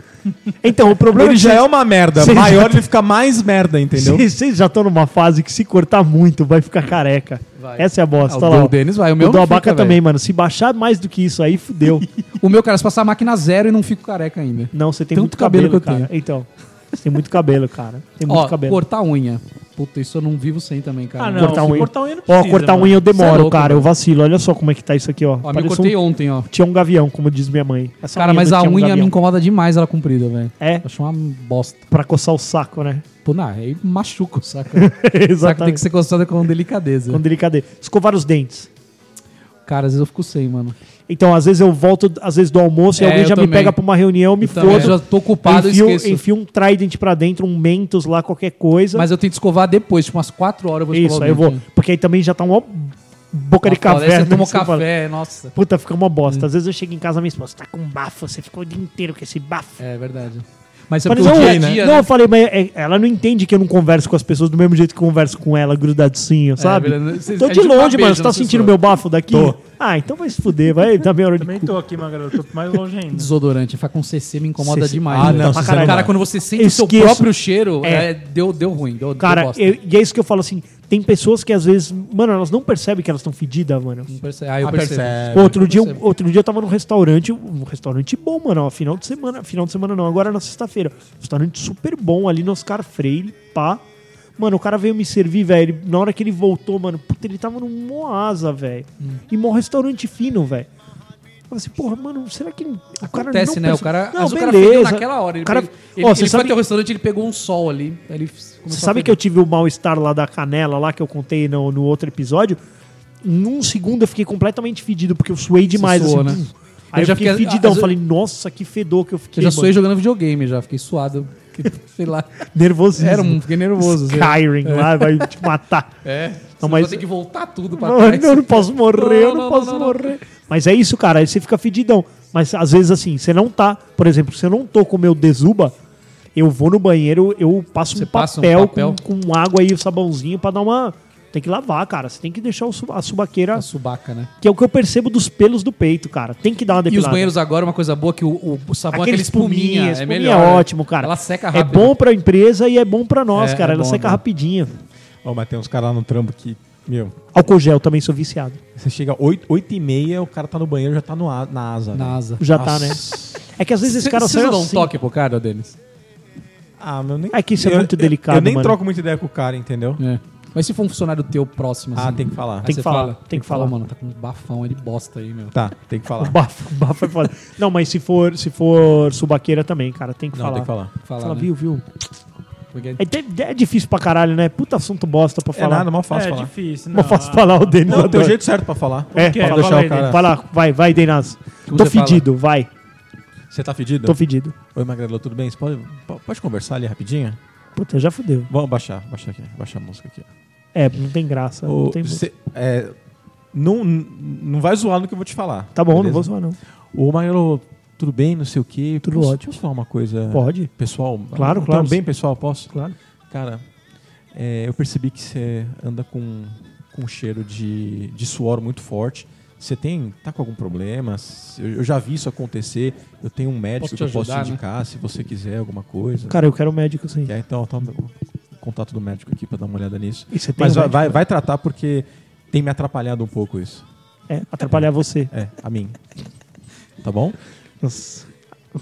[SPEAKER 3] Então, o problema
[SPEAKER 2] Ele
[SPEAKER 3] é que
[SPEAKER 2] já é uma merda.
[SPEAKER 3] Você já-
[SPEAKER 2] Maior ele fica mais merda, entendeu?
[SPEAKER 3] vocês- vocês já estão numa fase que se cortar muito vai ficar careca.
[SPEAKER 4] Vai.
[SPEAKER 3] Essa é a bosta.
[SPEAKER 4] Ah,
[SPEAKER 3] olha lá,
[SPEAKER 4] do
[SPEAKER 3] ó.
[SPEAKER 4] Denis vai, o
[SPEAKER 3] O
[SPEAKER 4] meu
[SPEAKER 3] do
[SPEAKER 4] não
[SPEAKER 3] Abaca
[SPEAKER 4] fica,
[SPEAKER 3] também, mano. Se baixar mais do que isso aí, fudeu.
[SPEAKER 4] O meu, cara, se passar a máquina zero e não fico careca ainda.
[SPEAKER 3] Não, você tem
[SPEAKER 4] Tanto
[SPEAKER 3] muito cabelo,
[SPEAKER 4] cabelo que eu
[SPEAKER 3] cara. Então, você tem muito cabelo, cara. Tem muito
[SPEAKER 4] Ó,
[SPEAKER 3] cabelo.
[SPEAKER 4] cortar a unha. Puta, isso eu não vivo sem também, cara.
[SPEAKER 5] Ah, não.
[SPEAKER 3] cortar unha.
[SPEAKER 5] Cortar unha não
[SPEAKER 3] Ó,
[SPEAKER 5] precisa,
[SPEAKER 3] cortar
[SPEAKER 5] mano.
[SPEAKER 3] unha eu
[SPEAKER 4] Cê
[SPEAKER 3] demoro,
[SPEAKER 4] é louco,
[SPEAKER 3] cara. Eu
[SPEAKER 4] mano.
[SPEAKER 3] vacilo. Olha só como é que tá isso aqui, ó.
[SPEAKER 4] Ó, me
[SPEAKER 3] Parece
[SPEAKER 4] cortei
[SPEAKER 3] um
[SPEAKER 4] ontem, ó.
[SPEAKER 3] Tião Gavião, como diz minha mãe. Essa
[SPEAKER 4] Cara,
[SPEAKER 3] unha
[SPEAKER 4] mas
[SPEAKER 3] do
[SPEAKER 4] a
[SPEAKER 3] Tião
[SPEAKER 4] unha me
[SPEAKER 3] Gavião.
[SPEAKER 4] incomoda demais ela comprida, velho.
[SPEAKER 3] É,
[SPEAKER 4] Acho uma bosta.
[SPEAKER 3] pra coçar o saco, né?
[SPEAKER 4] Pô, não, aí machuca o saco. O saco tem que
[SPEAKER 3] Exatamente.
[SPEAKER 4] ser coçado com delicadeza.
[SPEAKER 3] Com delicadeza. Escovar os dentes.
[SPEAKER 4] Cara, às vezes eu fico sem, mano.
[SPEAKER 3] Então, às vezes eu volto, às vezes do almoço, e
[SPEAKER 4] É,
[SPEAKER 3] alguém
[SPEAKER 4] eu
[SPEAKER 3] já me
[SPEAKER 4] também.
[SPEAKER 3] pega pra uma reunião, me
[SPEAKER 4] Eu também.
[SPEAKER 3] foda.
[SPEAKER 4] Eu já tô ocupado, eu
[SPEAKER 3] enfio,
[SPEAKER 4] esqueço.
[SPEAKER 3] enfio um Trident pra dentro, um Mentos lá, qualquer coisa.
[SPEAKER 4] Mas eu tento escovar depois, tipo umas 4 horas eu vou
[SPEAKER 3] Isso,
[SPEAKER 4] escovar
[SPEAKER 3] aí eu
[SPEAKER 4] o dente,
[SPEAKER 3] vou.
[SPEAKER 4] né?
[SPEAKER 3] Porque aí também já tá uma boca de
[SPEAKER 4] Uma foda. Aí
[SPEAKER 3] café.
[SPEAKER 4] Você tomou
[SPEAKER 3] Você fala,
[SPEAKER 4] café, Hum. nossa.
[SPEAKER 3] Puta, fica uma bosta. Às vezes eu chego em casa, minha esposa tá com bafo, você ficou o dia inteiro com esse bafo.
[SPEAKER 4] É verdade. Mas você
[SPEAKER 3] Mas é
[SPEAKER 4] porque
[SPEAKER 3] não,
[SPEAKER 4] o dia a dia,
[SPEAKER 3] não,
[SPEAKER 4] né?
[SPEAKER 3] eu falei, mas é- ela não entende que eu não converso com as pessoas do mesmo jeito que eu converso com ela,
[SPEAKER 4] É,
[SPEAKER 3] grudadinho, sabe?
[SPEAKER 4] verdade. Cês-
[SPEAKER 3] tô
[SPEAKER 4] a
[SPEAKER 3] de
[SPEAKER 4] gente dá
[SPEAKER 3] longe, mano.
[SPEAKER 4] beijo
[SPEAKER 3] Você tá
[SPEAKER 4] nas
[SPEAKER 3] sentindo
[SPEAKER 4] pessoas.
[SPEAKER 3] meu bafo daqui?
[SPEAKER 2] Tô.
[SPEAKER 3] Ah, então vai se fuder, vai. Tá bem hora de
[SPEAKER 5] Também
[SPEAKER 3] cu.
[SPEAKER 5] tô aqui, Magrelo. Tô mais longe ainda.
[SPEAKER 4] Desodorante, ficar com CC me incomoda
[SPEAKER 3] CC.
[SPEAKER 4] demais.
[SPEAKER 2] Ah,
[SPEAKER 4] né?
[SPEAKER 2] não,
[SPEAKER 4] Pra
[SPEAKER 2] CC
[SPEAKER 4] caralho.
[SPEAKER 2] não dá.
[SPEAKER 4] Cara, quando você sente o seu
[SPEAKER 3] Esqueço.
[SPEAKER 4] próprio cheiro,
[SPEAKER 3] É.
[SPEAKER 4] é, deu, deu ruim. Deu, deu
[SPEAKER 3] Cara,
[SPEAKER 4] bosta.
[SPEAKER 3] eu- e é isso que eu falo assim. Tem pessoas que às vezes, mano, elas não percebem que elas estão fedidas, mano.
[SPEAKER 4] Não perce- Ah, eu
[SPEAKER 2] Ah,
[SPEAKER 4] percebo.
[SPEAKER 2] percebe.
[SPEAKER 3] é, Outro dia,
[SPEAKER 4] percebo.
[SPEAKER 3] outro dia eu tava num restaurante, um restaurante bom, mano, ó, final de semana, final de semana não, agora é na sexta-feira. Restaurante super bom ali no Oscar Freire, pá. Mano, o cara veio me servir, velho, ele- na hora que ele voltou, mano, puta, ele tava num moasa, velho.
[SPEAKER 4] Hum.
[SPEAKER 3] E mó restaurante fino, velho. Eu Falei assim, porra, mano, será que o cara
[SPEAKER 4] Acontece,
[SPEAKER 3] não
[SPEAKER 4] né? O
[SPEAKER 3] perce-
[SPEAKER 4] cara,
[SPEAKER 3] não,
[SPEAKER 4] mas o cara
[SPEAKER 3] beleza.
[SPEAKER 4] fedeu naquela hora. Ele,
[SPEAKER 3] O cara-
[SPEAKER 4] pegou-
[SPEAKER 3] Ó, você
[SPEAKER 4] ele, ele foi
[SPEAKER 3] sabe-
[SPEAKER 4] até o restaurante, ele pegou um sol ali. aí ele f- começou
[SPEAKER 3] Você
[SPEAKER 4] a
[SPEAKER 3] sabe que eu tive o mal-estar lá da canela, lá que eu contei no, no outro episódio? Em um segundo eu fiquei completamente fedido, porque eu suei demais.
[SPEAKER 4] suou,
[SPEAKER 3] assim,
[SPEAKER 4] né?
[SPEAKER 3] pum. Aí eu,
[SPEAKER 4] já
[SPEAKER 3] fiquei,
[SPEAKER 4] fiquei-
[SPEAKER 3] fedidão.
[SPEAKER 4] às-
[SPEAKER 3] falei, nossa, que fedor que eu
[SPEAKER 4] feder.
[SPEAKER 3] fiquei.
[SPEAKER 4] Eu já suei
[SPEAKER 3] mano.
[SPEAKER 4] jogando videogame, já fiquei suado. que- Sei lá.
[SPEAKER 3] nervosismo.
[SPEAKER 4] Era um, fiquei nervoso. É. sei lá.
[SPEAKER 3] Skyrim lá, vai te matar.
[SPEAKER 4] É.
[SPEAKER 3] Não,
[SPEAKER 4] Não,
[SPEAKER 3] mas-
[SPEAKER 4] mas... tem que voltar tudo pra
[SPEAKER 3] Não,
[SPEAKER 4] trás.
[SPEAKER 3] eu não posso morrer, eu
[SPEAKER 4] Não,
[SPEAKER 3] não,
[SPEAKER 4] não,
[SPEAKER 3] posso
[SPEAKER 4] não, não,
[SPEAKER 3] morrer. Mas é isso, cara. Aí você fica fedidão. Mas às vezes, assim, você não tá. Por exemplo, se eu não tô com o meu desuba, eu vou no banheiro, eu passo
[SPEAKER 4] Você
[SPEAKER 3] um,
[SPEAKER 4] passa um
[SPEAKER 3] papel
[SPEAKER 4] papel?
[SPEAKER 3] Com, com água e o sabãozinho pra dar uma. Tem que lavar, cara. Você tem que deixar o su- a subaqueira,
[SPEAKER 4] A subaca, né?
[SPEAKER 3] que é o que eu percebo dos pelos do peito, cara. Tem que dar uma
[SPEAKER 4] E os
[SPEAKER 3] depilada.
[SPEAKER 4] banheiros agora, uma coisa boa, que o, o- o sabão é
[SPEAKER 3] Aquele
[SPEAKER 4] aquele espuminha. é melhor.
[SPEAKER 3] é
[SPEAKER 4] né?
[SPEAKER 3] ótimo, cara.
[SPEAKER 4] Ela seca
[SPEAKER 3] É
[SPEAKER 4] rápido.
[SPEAKER 3] bom pra empresa e é bom pra nós,
[SPEAKER 4] É,
[SPEAKER 3] cara.
[SPEAKER 4] é
[SPEAKER 3] Ela
[SPEAKER 4] bom,
[SPEAKER 3] seca
[SPEAKER 4] né?
[SPEAKER 3] rapidinho.
[SPEAKER 2] Ó, mas tem uns caras lá no trampo que, meu,
[SPEAKER 3] Álcool gel também sou viciado.
[SPEAKER 2] você chega 8, 8 e meia, o cara tá no banheiro, já tá no, a- na asa.
[SPEAKER 4] Na
[SPEAKER 2] velho.
[SPEAKER 4] asa.
[SPEAKER 3] Já tá, né? É que às vezes esse
[SPEAKER 4] Você
[SPEAKER 3] cara
[SPEAKER 4] você
[SPEAKER 3] sai
[SPEAKER 4] não dá um
[SPEAKER 3] assim.
[SPEAKER 4] toque pro cara, Denis?
[SPEAKER 2] Ah, meu, nem...
[SPEAKER 3] É que isso é muito delicado,
[SPEAKER 2] Eu, nem
[SPEAKER 3] mano.
[SPEAKER 2] troco muita ideia com o cara, entendeu?
[SPEAKER 4] É. Mas se for um funcionário teu próximo, assim.
[SPEAKER 2] Ah, tem que falar.
[SPEAKER 4] Aí
[SPEAKER 3] Tem que
[SPEAKER 4] você
[SPEAKER 3] falar,
[SPEAKER 4] fala,
[SPEAKER 3] tem que falar.
[SPEAKER 4] mano, tá com um bafão ele bosta aí, meu.
[SPEAKER 2] Tá, tem que falar.
[SPEAKER 3] Bafo, bafo é foda. Não, mas se for, se for subaqueira também, cara, tem que
[SPEAKER 2] Não,
[SPEAKER 3] falar.
[SPEAKER 2] tem que falar.
[SPEAKER 4] Fala,
[SPEAKER 3] Fala,
[SPEAKER 4] né?
[SPEAKER 3] viu, viu.
[SPEAKER 4] Porque
[SPEAKER 3] É, de- é difícil pra caralho, né? Puta assunto bosta pra
[SPEAKER 2] É
[SPEAKER 3] falar.
[SPEAKER 2] nada, mal fácil
[SPEAKER 5] é
[SPEAKER 2] falar.
[SPEAKER 5] difícil, não.
[SPEAKER 3] Não faço falar o Denis.
[SPEAKER 2] Não, tem o
[SPEAKER 3] adoro.
[SPEAKER 2] jeito certo pra falar.
[SPEAKER 3] É,
[SPEAKER 5] que é?
[SPEAKER 3] fala,
[SPEAKER 5] Fala
[SPEAKER 2] deixar
[SPEAKER 5] aí,
[SPEAKER 2] o cara...
[SPEAKER 3] vai lá, vai, vai, Denas.
[SPEAKER 4] Como
[SPEAKER 3] Tô
[SPEAKER 4] você fala?
[SPEAKER 3] fedido, vai.
[SPEAKER 2] Você tá fedido?
[SPEAKER 3] Tô fedido.
[SPEAKER 2] Oi, Magrelo, tudo bem? Você pode, po- pode conversar ali rapidinho?
[SPEAKER 3] Puta, já fudeu.
[SPEAKER 2] Vamos baixar, baixar aqui, baixar a música aqui.
[SPEAKER 3] É, não tem graça.
[SPEAKER 2] Ô,
[SPEAKER 3] não tem
[SPEAKER 2] cê- é, não, não vai zoar no que eu vou te falar.
[SPEAKER 3] Tá bom,
[SPEAKER 2] beleza?
[SPEAKER 3] não
[SPEAKER 2] É.
[SPEAKER 3] vou zoar, não.
[SPEAKER 2] Ô, Magrelo, tudo bem, não sei o quê.
[SPEAKER 3] Tudo
[SPEAKER 2] posso,
[SPEAKER 3] ótimo.
[SPEAKER 2] Posso falar uma coisa?
[SPEAKER 3] Pode.
[SPEAKER 2] Pessoal?
[SPEAKER 3] Claro, claro.
[SPEAKER 2] Também, pessoal, posso?
[SPEAKER 3] Claro.
[SPEAKER 2] Cara, é, eu percebi que você anda com, com um cheiro de, de suor muito forte. Você tem, tá com algum problema? Se- Eu, eu já vi isso acontecer. Eu tenho um médico
[SPEAKER 4] Posso te
[SPEAKER 2] que eu posso te
[SPEAKER 4] ajudar, né?
[SPEAKER 2] indicar, se você quiser alguma coisa.
[SPEAKER 3] Cara, eu quero um médico sim.
[SPEAKER 2] Quer então, toma o contato do médico aqui pra dar uma olhada nisso.
[SPEAKER 3] E você tem
[SPEAKER 2] Mas
[SPEAKER 3] um
[SPEAKER 2] vai,
[SPEAKER 3] médico?
[SPEAKER 2] vai, vai tratar porque tem me atrapalhado um pouco isso.
[SPEAKER 3] É, atrapalhar você.
[SPEAKER 2] É, a mim. Tá bom?
[SPEAKER 3] Nossa.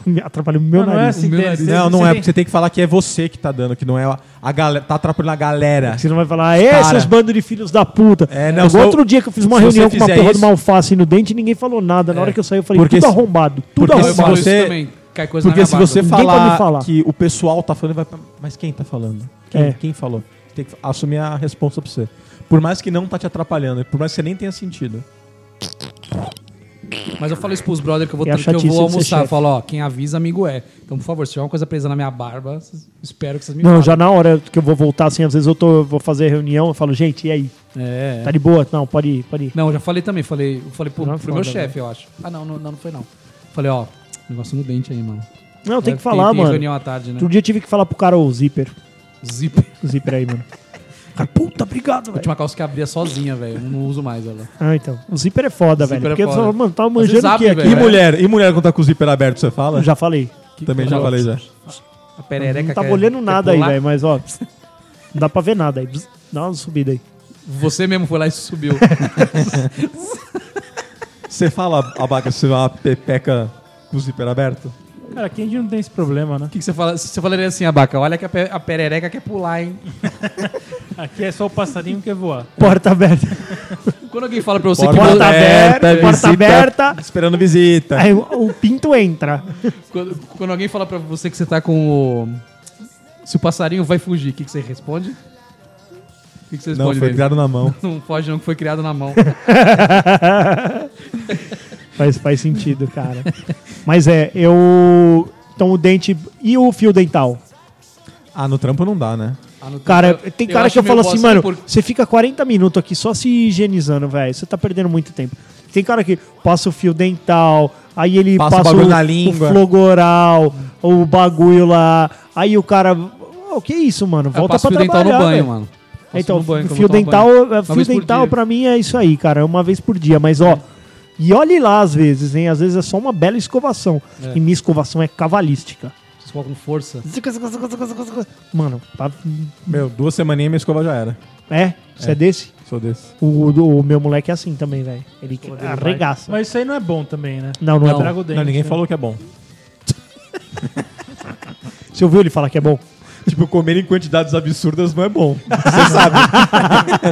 [SPEAKER 3] Me atrapalhou o meu
[SPEAKER 5] Não, não é
[SPEAKER 3] nariz.
[SPEAKER 5] assim.
[SPEAKER 4] O meu
[SPEAKER 5] deve
[SPEAKER 4] nariz.
[SPEAKER 5] ser-
[SPEAKER 2] Não, não
[SPEAKER 5] você
[SPEAKER 2] é,
[SPEAKER 5] tem-
[SPEAKER 2] porque você tem que falar que é você que tá dando, que não é a, a galera. Tá atrapalhando a galera.
[SPEAKER 3] Você não vai falar, "Ah, esses
[SPEAKER 2] Cara.
[SPEAKER 3] bandos de filhos da puta.
[SPEAKER 2] É, não,
[SPEAKER 3] Igual
[SPEAKER 2] se eu-
[SPEAKER 3] outro dia que eu fiz uma
[SPEAKER 2] se você
[SPEAKER 3] reunião com uma
[SPEAKER 2] fizer
[SPEAKER 3] porra de
[SPEAKER 2] isso-
[SPEAKER 3] uma alface no dente e ninguém falou nada. Na hora que eu saí, eu falei,
[SPEAKER 2] Porque
[SPEAKER 3] tudo
[SPEAKER 2] se-
[SPEAKER 3] arrombado. Tudo
[SPEAKER 2] porque
[SPEAKER 4] Eu
[SPEAKER 2] se
[SPEAKER 4] falo
[SPEAKER 3] arrombado.
[SPEAKER 4] isso
[SPEAKER 2] você-
[SPEAKER 4] também. Cai coisa
[SPEAKER 2] Porque
[SPEAKER 4] na
[SPEAKER 2] se
[SPEAKER 4] minha
[SPEAKER 2] você
[SPEAKER 4] barba.
[SPEAKER 3] Ninguém pode me
[SPEAKER 2] falar
[SPEAKER 3] falar.
[SPEAKER 2] que o pessoal tá falando, vai pra- mas quem tá falando? Quem,
[SPEAKER 3] É.
[SPEAKER 2] quem falou? Você tem que assumir a responsa pra você. Por mais que não tá te atrapalhando, por mais que você nem tenha sentido.
[SPEAKER 4] Mas eu falo isso pros brother que eu vou,
[SPEAKER 3] É a
[SPEAKER 4] que eu
[SPEAKER 3] chatice de
[SPEAKER 4] vou
[SPEAKER 3] ser
[SPEAKER 4] almoçar. Eu
[SPEAKER 3] chefe.
[SPEAKER 4] falo, ó, quem avisa, amigo é. Então, por favor, se tiver uma coisa presa na minha barba, vocês- espero que vocês me
[SPEAKER 3] Não,
[SPEAKER 4] falem.
[SPEAKER 3] já na hora que eu vou voltar, assim, às vezes eu, tô, eu vou fazer reunião, eu falo, gente, e aí?
[SPEAKER 4] É.
[SPEAKER 3] Tá de boa? Não, pode ir, pode ir.
[SPEAKER 4] Não, eu já falei também, falei, eu falei pro,
[SPEAKER 3] Não é
[SPEAKER 4] pro meu
[SPEAKER 3] foda,
[SPEAKER 4] chefe, eu acho. Ah, não, não, não, não foi não. Falei, ó, negócio no dente aí, mano.
[SPEAKER 3] Não, tem
[SPEAKER 4] É,
[SPEAKER 3] que falar,
[SPEAKER 4] tem
[SPEAKER 3] mano.
[SPEAKER 4] reunião à tarde, né?
[SPEAKER 3] Outro dia eu tive que falar pro cara o zíper.
[SPEAKER 4] Zip.
[SPEAKER 3] O zíper aí, mano. O cara, puta, obrigado, velho.
[SPEAKER 4] Última calça que abria sozinha, velho. Não uso mais ela.
[SPEAKER 3] Ah, então. O zíper é foda,
[SPEAKER 4] Zíper
[SPEAKER 3] velho.
[SPEAKER 4] é
[SPEAKER 3] Porque eu
[SPEAKER 4] foda.
[SPEAKER 3] tava, mano, tava
[SPEAKER 4] Às vezes
[SPEAKER 3] manjando o
[SPEAKER 4] abre,
[SPEAKER 3] quê aqui?
[SPEAKER 4] velho.
[SPEAKER 2] E
[SPEAKER 4] É.
[SPEAKER 2] mulher? E mulher quando tá com o zíper aberto, você fala?
[SPEAKER 3] Já falei.
[SPEAKER 2] Também já falei já.
[SPEAKER 4] A perereca
[SPEAKER 3] Não tava
[SPEAKER 4] quer-
[SPEAKER 3] olhando
[SPEAKER 4] quer
[SPEAKER 3] nada aí,
[SPEAKER 4] pular.
[SPEAKER 3] velho, mas ó. Não dá pra ver nada aí. Bzz, Dá uma subida aí.
[SPEAKER 4] Você mesmo foi lá e subiu.
[SPEAKER 2] Você fala, abaca, você é uma pepeca com o zíper aberto?
[SPEAKER 5] Cara, aqui a gente não tem esse problema, né?
[SPEAKER 4] O que, que você fala? Você falaria assim, Abaca, olha que a, pe- a perereca quer pular, hein?
[SPEAKER 5] Aqui é só o passarinho que quer voar.
[SPEAKER 3] Porta aberta.
[SPEAKER 4] Quando alguém fala pra você que... é,
[SPEAKER 3] Porta
[SPEAKER 4] você-
[SPEAKER 3] aberta, porta
[SPEAKER 2] visita,
[SPEAKER 3] aberta.
[SPEAKER 2] Esperando visita.
[SPEAKER 3] Aí o, o pinto entra.
[SPEAKER 4] Quando, quando alguém fala pra você que você tá com o... Se o passarinho vai fugir, o que, que você responde? O que, que você
[SPEAKER 2] não,
[SPEAKER 4] responde?
[SPEAKER 2] foi
[SPEAKER 4] David?
[SPEAKER 2] criado na mão.
[SPEAKER 4] Não foge não, que foi criado na mão.
[SPEAKER 3] Faz, faz sentido, cara. Mas é, eu. Então o dente. E o fio dental?
[SPEAKER 2] Ah, no trampo não dá, né?
[SPEAKER 4] Ah, não tem-
[SPEAKER 3] Cara, tem cara
[SPEAKER 4] acho
[SPEAKER 3] que eu
[SPEAKER 4] meio
[SPEAKER 3] falo assim,
[SPEAKER 4] bosta
[SPEAKER 3] mano,
[SPEAKER 4] por-
[SPEAKER 3] você fica 40 minutos aqui só se higienizando, velho. Você tá perdendo muito tempo. Tem cara que passa o fio dental, aí ele
[SPEAKER 2] Passa
[SPEAKER 3] passa,
[SPEAKER 2] o bagulho
[SPEAKER 3] o,
[SPEAKER 2] na língua.
[SPEAKER 3] o flogoral, o bagulho lá. Aí o cara. O que é isso, mano?
[SPEAKER 4] Eu
[SPEAKER 3] Volta
[SPEAKER 4] passo
[SPEAKER 3] pra
[SPEAKER 4] fio dental
[SPEAKER 3] trabalhar.
[SPEAKER 4] no banho,
[SPEAKER 3] velho.
[SPEAKER 4] mano. Passo
[SPEAKER 3] Então,
[SPEAKER 4] no banho, que eu
[SPEAKER 3] fio
[SPEAKER 4] vou tomar
[SPEAKER 3] dental,
[SPEAKER 4] banho.
[SPEAKER 3] é,
[SPEAKER 4] Uma
[SPEAKER 3] fio
[SPEAKER 4] vez por
[SPEAKER 3] dental
[SPEAKER 4] dia.
[SPEAKER 3] pra mim é isso aí, cara. É uma vez por dia. Mas, ó, e olhe lá às vezes, hein? Às vezes é só uma bela escovação. E minha escovação é cavalística.
[SPEAKER 4] Vocês colocam força.
[SPEAKER 3] Mano, tá-
[SPEAKER 2] Meu, duas semaninhas minha escova já era.
[SPEAKER 3] é? Você é desse?
[SPEAKER 2] Sou desse.
[SPEAKER 3] O, o- o meu moleque é assim também, velho. Ele arregaça.
[SPEAKER 5] Mas isso aí não é bom também, né?
[SPEAKER 3] Não, não, é bom.
[SPEAKER 5] Traga o dente.
[SPEAKER 2] não, ninguém
[SPEAKER 5] né?
[SPEAKER 2] falou que é bom.
[SPEAKER 3] Você ouviu ele falar que é bom?
[SPEAKER 2] Tipo, comer em quantidades absurdas não é bom. Você sabe.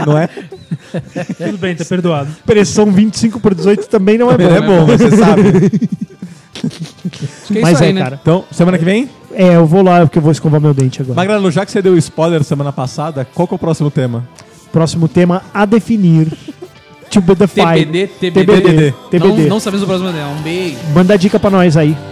[SPEAKER 2] não é?
[SPEAKER 5] Tudo bem, tá perdoado.
[SPEAKER 3] Pressão 25 por 18 também não é
[SPEAKER 2] Não
[SPEAKER 3] bom.
[SPEAKER 2] é bom, mas você sabe.
[SPEAKER 4] Acho que
[SPEAKER 3] Mas
[SPEAKER 4] isso
[SPEAKER 3] é,
[SPEAKER 4] aí, né?
[SPEAKER 3] cara.
[SPEAKER 2] Então, semana que vem?
[SPEAKER 3] É, eu vou lá porque eu vou escovar meu dente agora.
[SPEAKER 2] Magrano, já que você deu spoiler semana passada, qual que é o próximo tema?
[SPEAKER 3] Próximo tema a definir. To be defined.
[SPEAKER 4] TBD, TBD.
[SPEAKER 3] TBD.
[SPEAKER 4] Não, não sabemos o próximo tema. Um beijo.
[SPEAKER 3] Manda dica pra nós aí.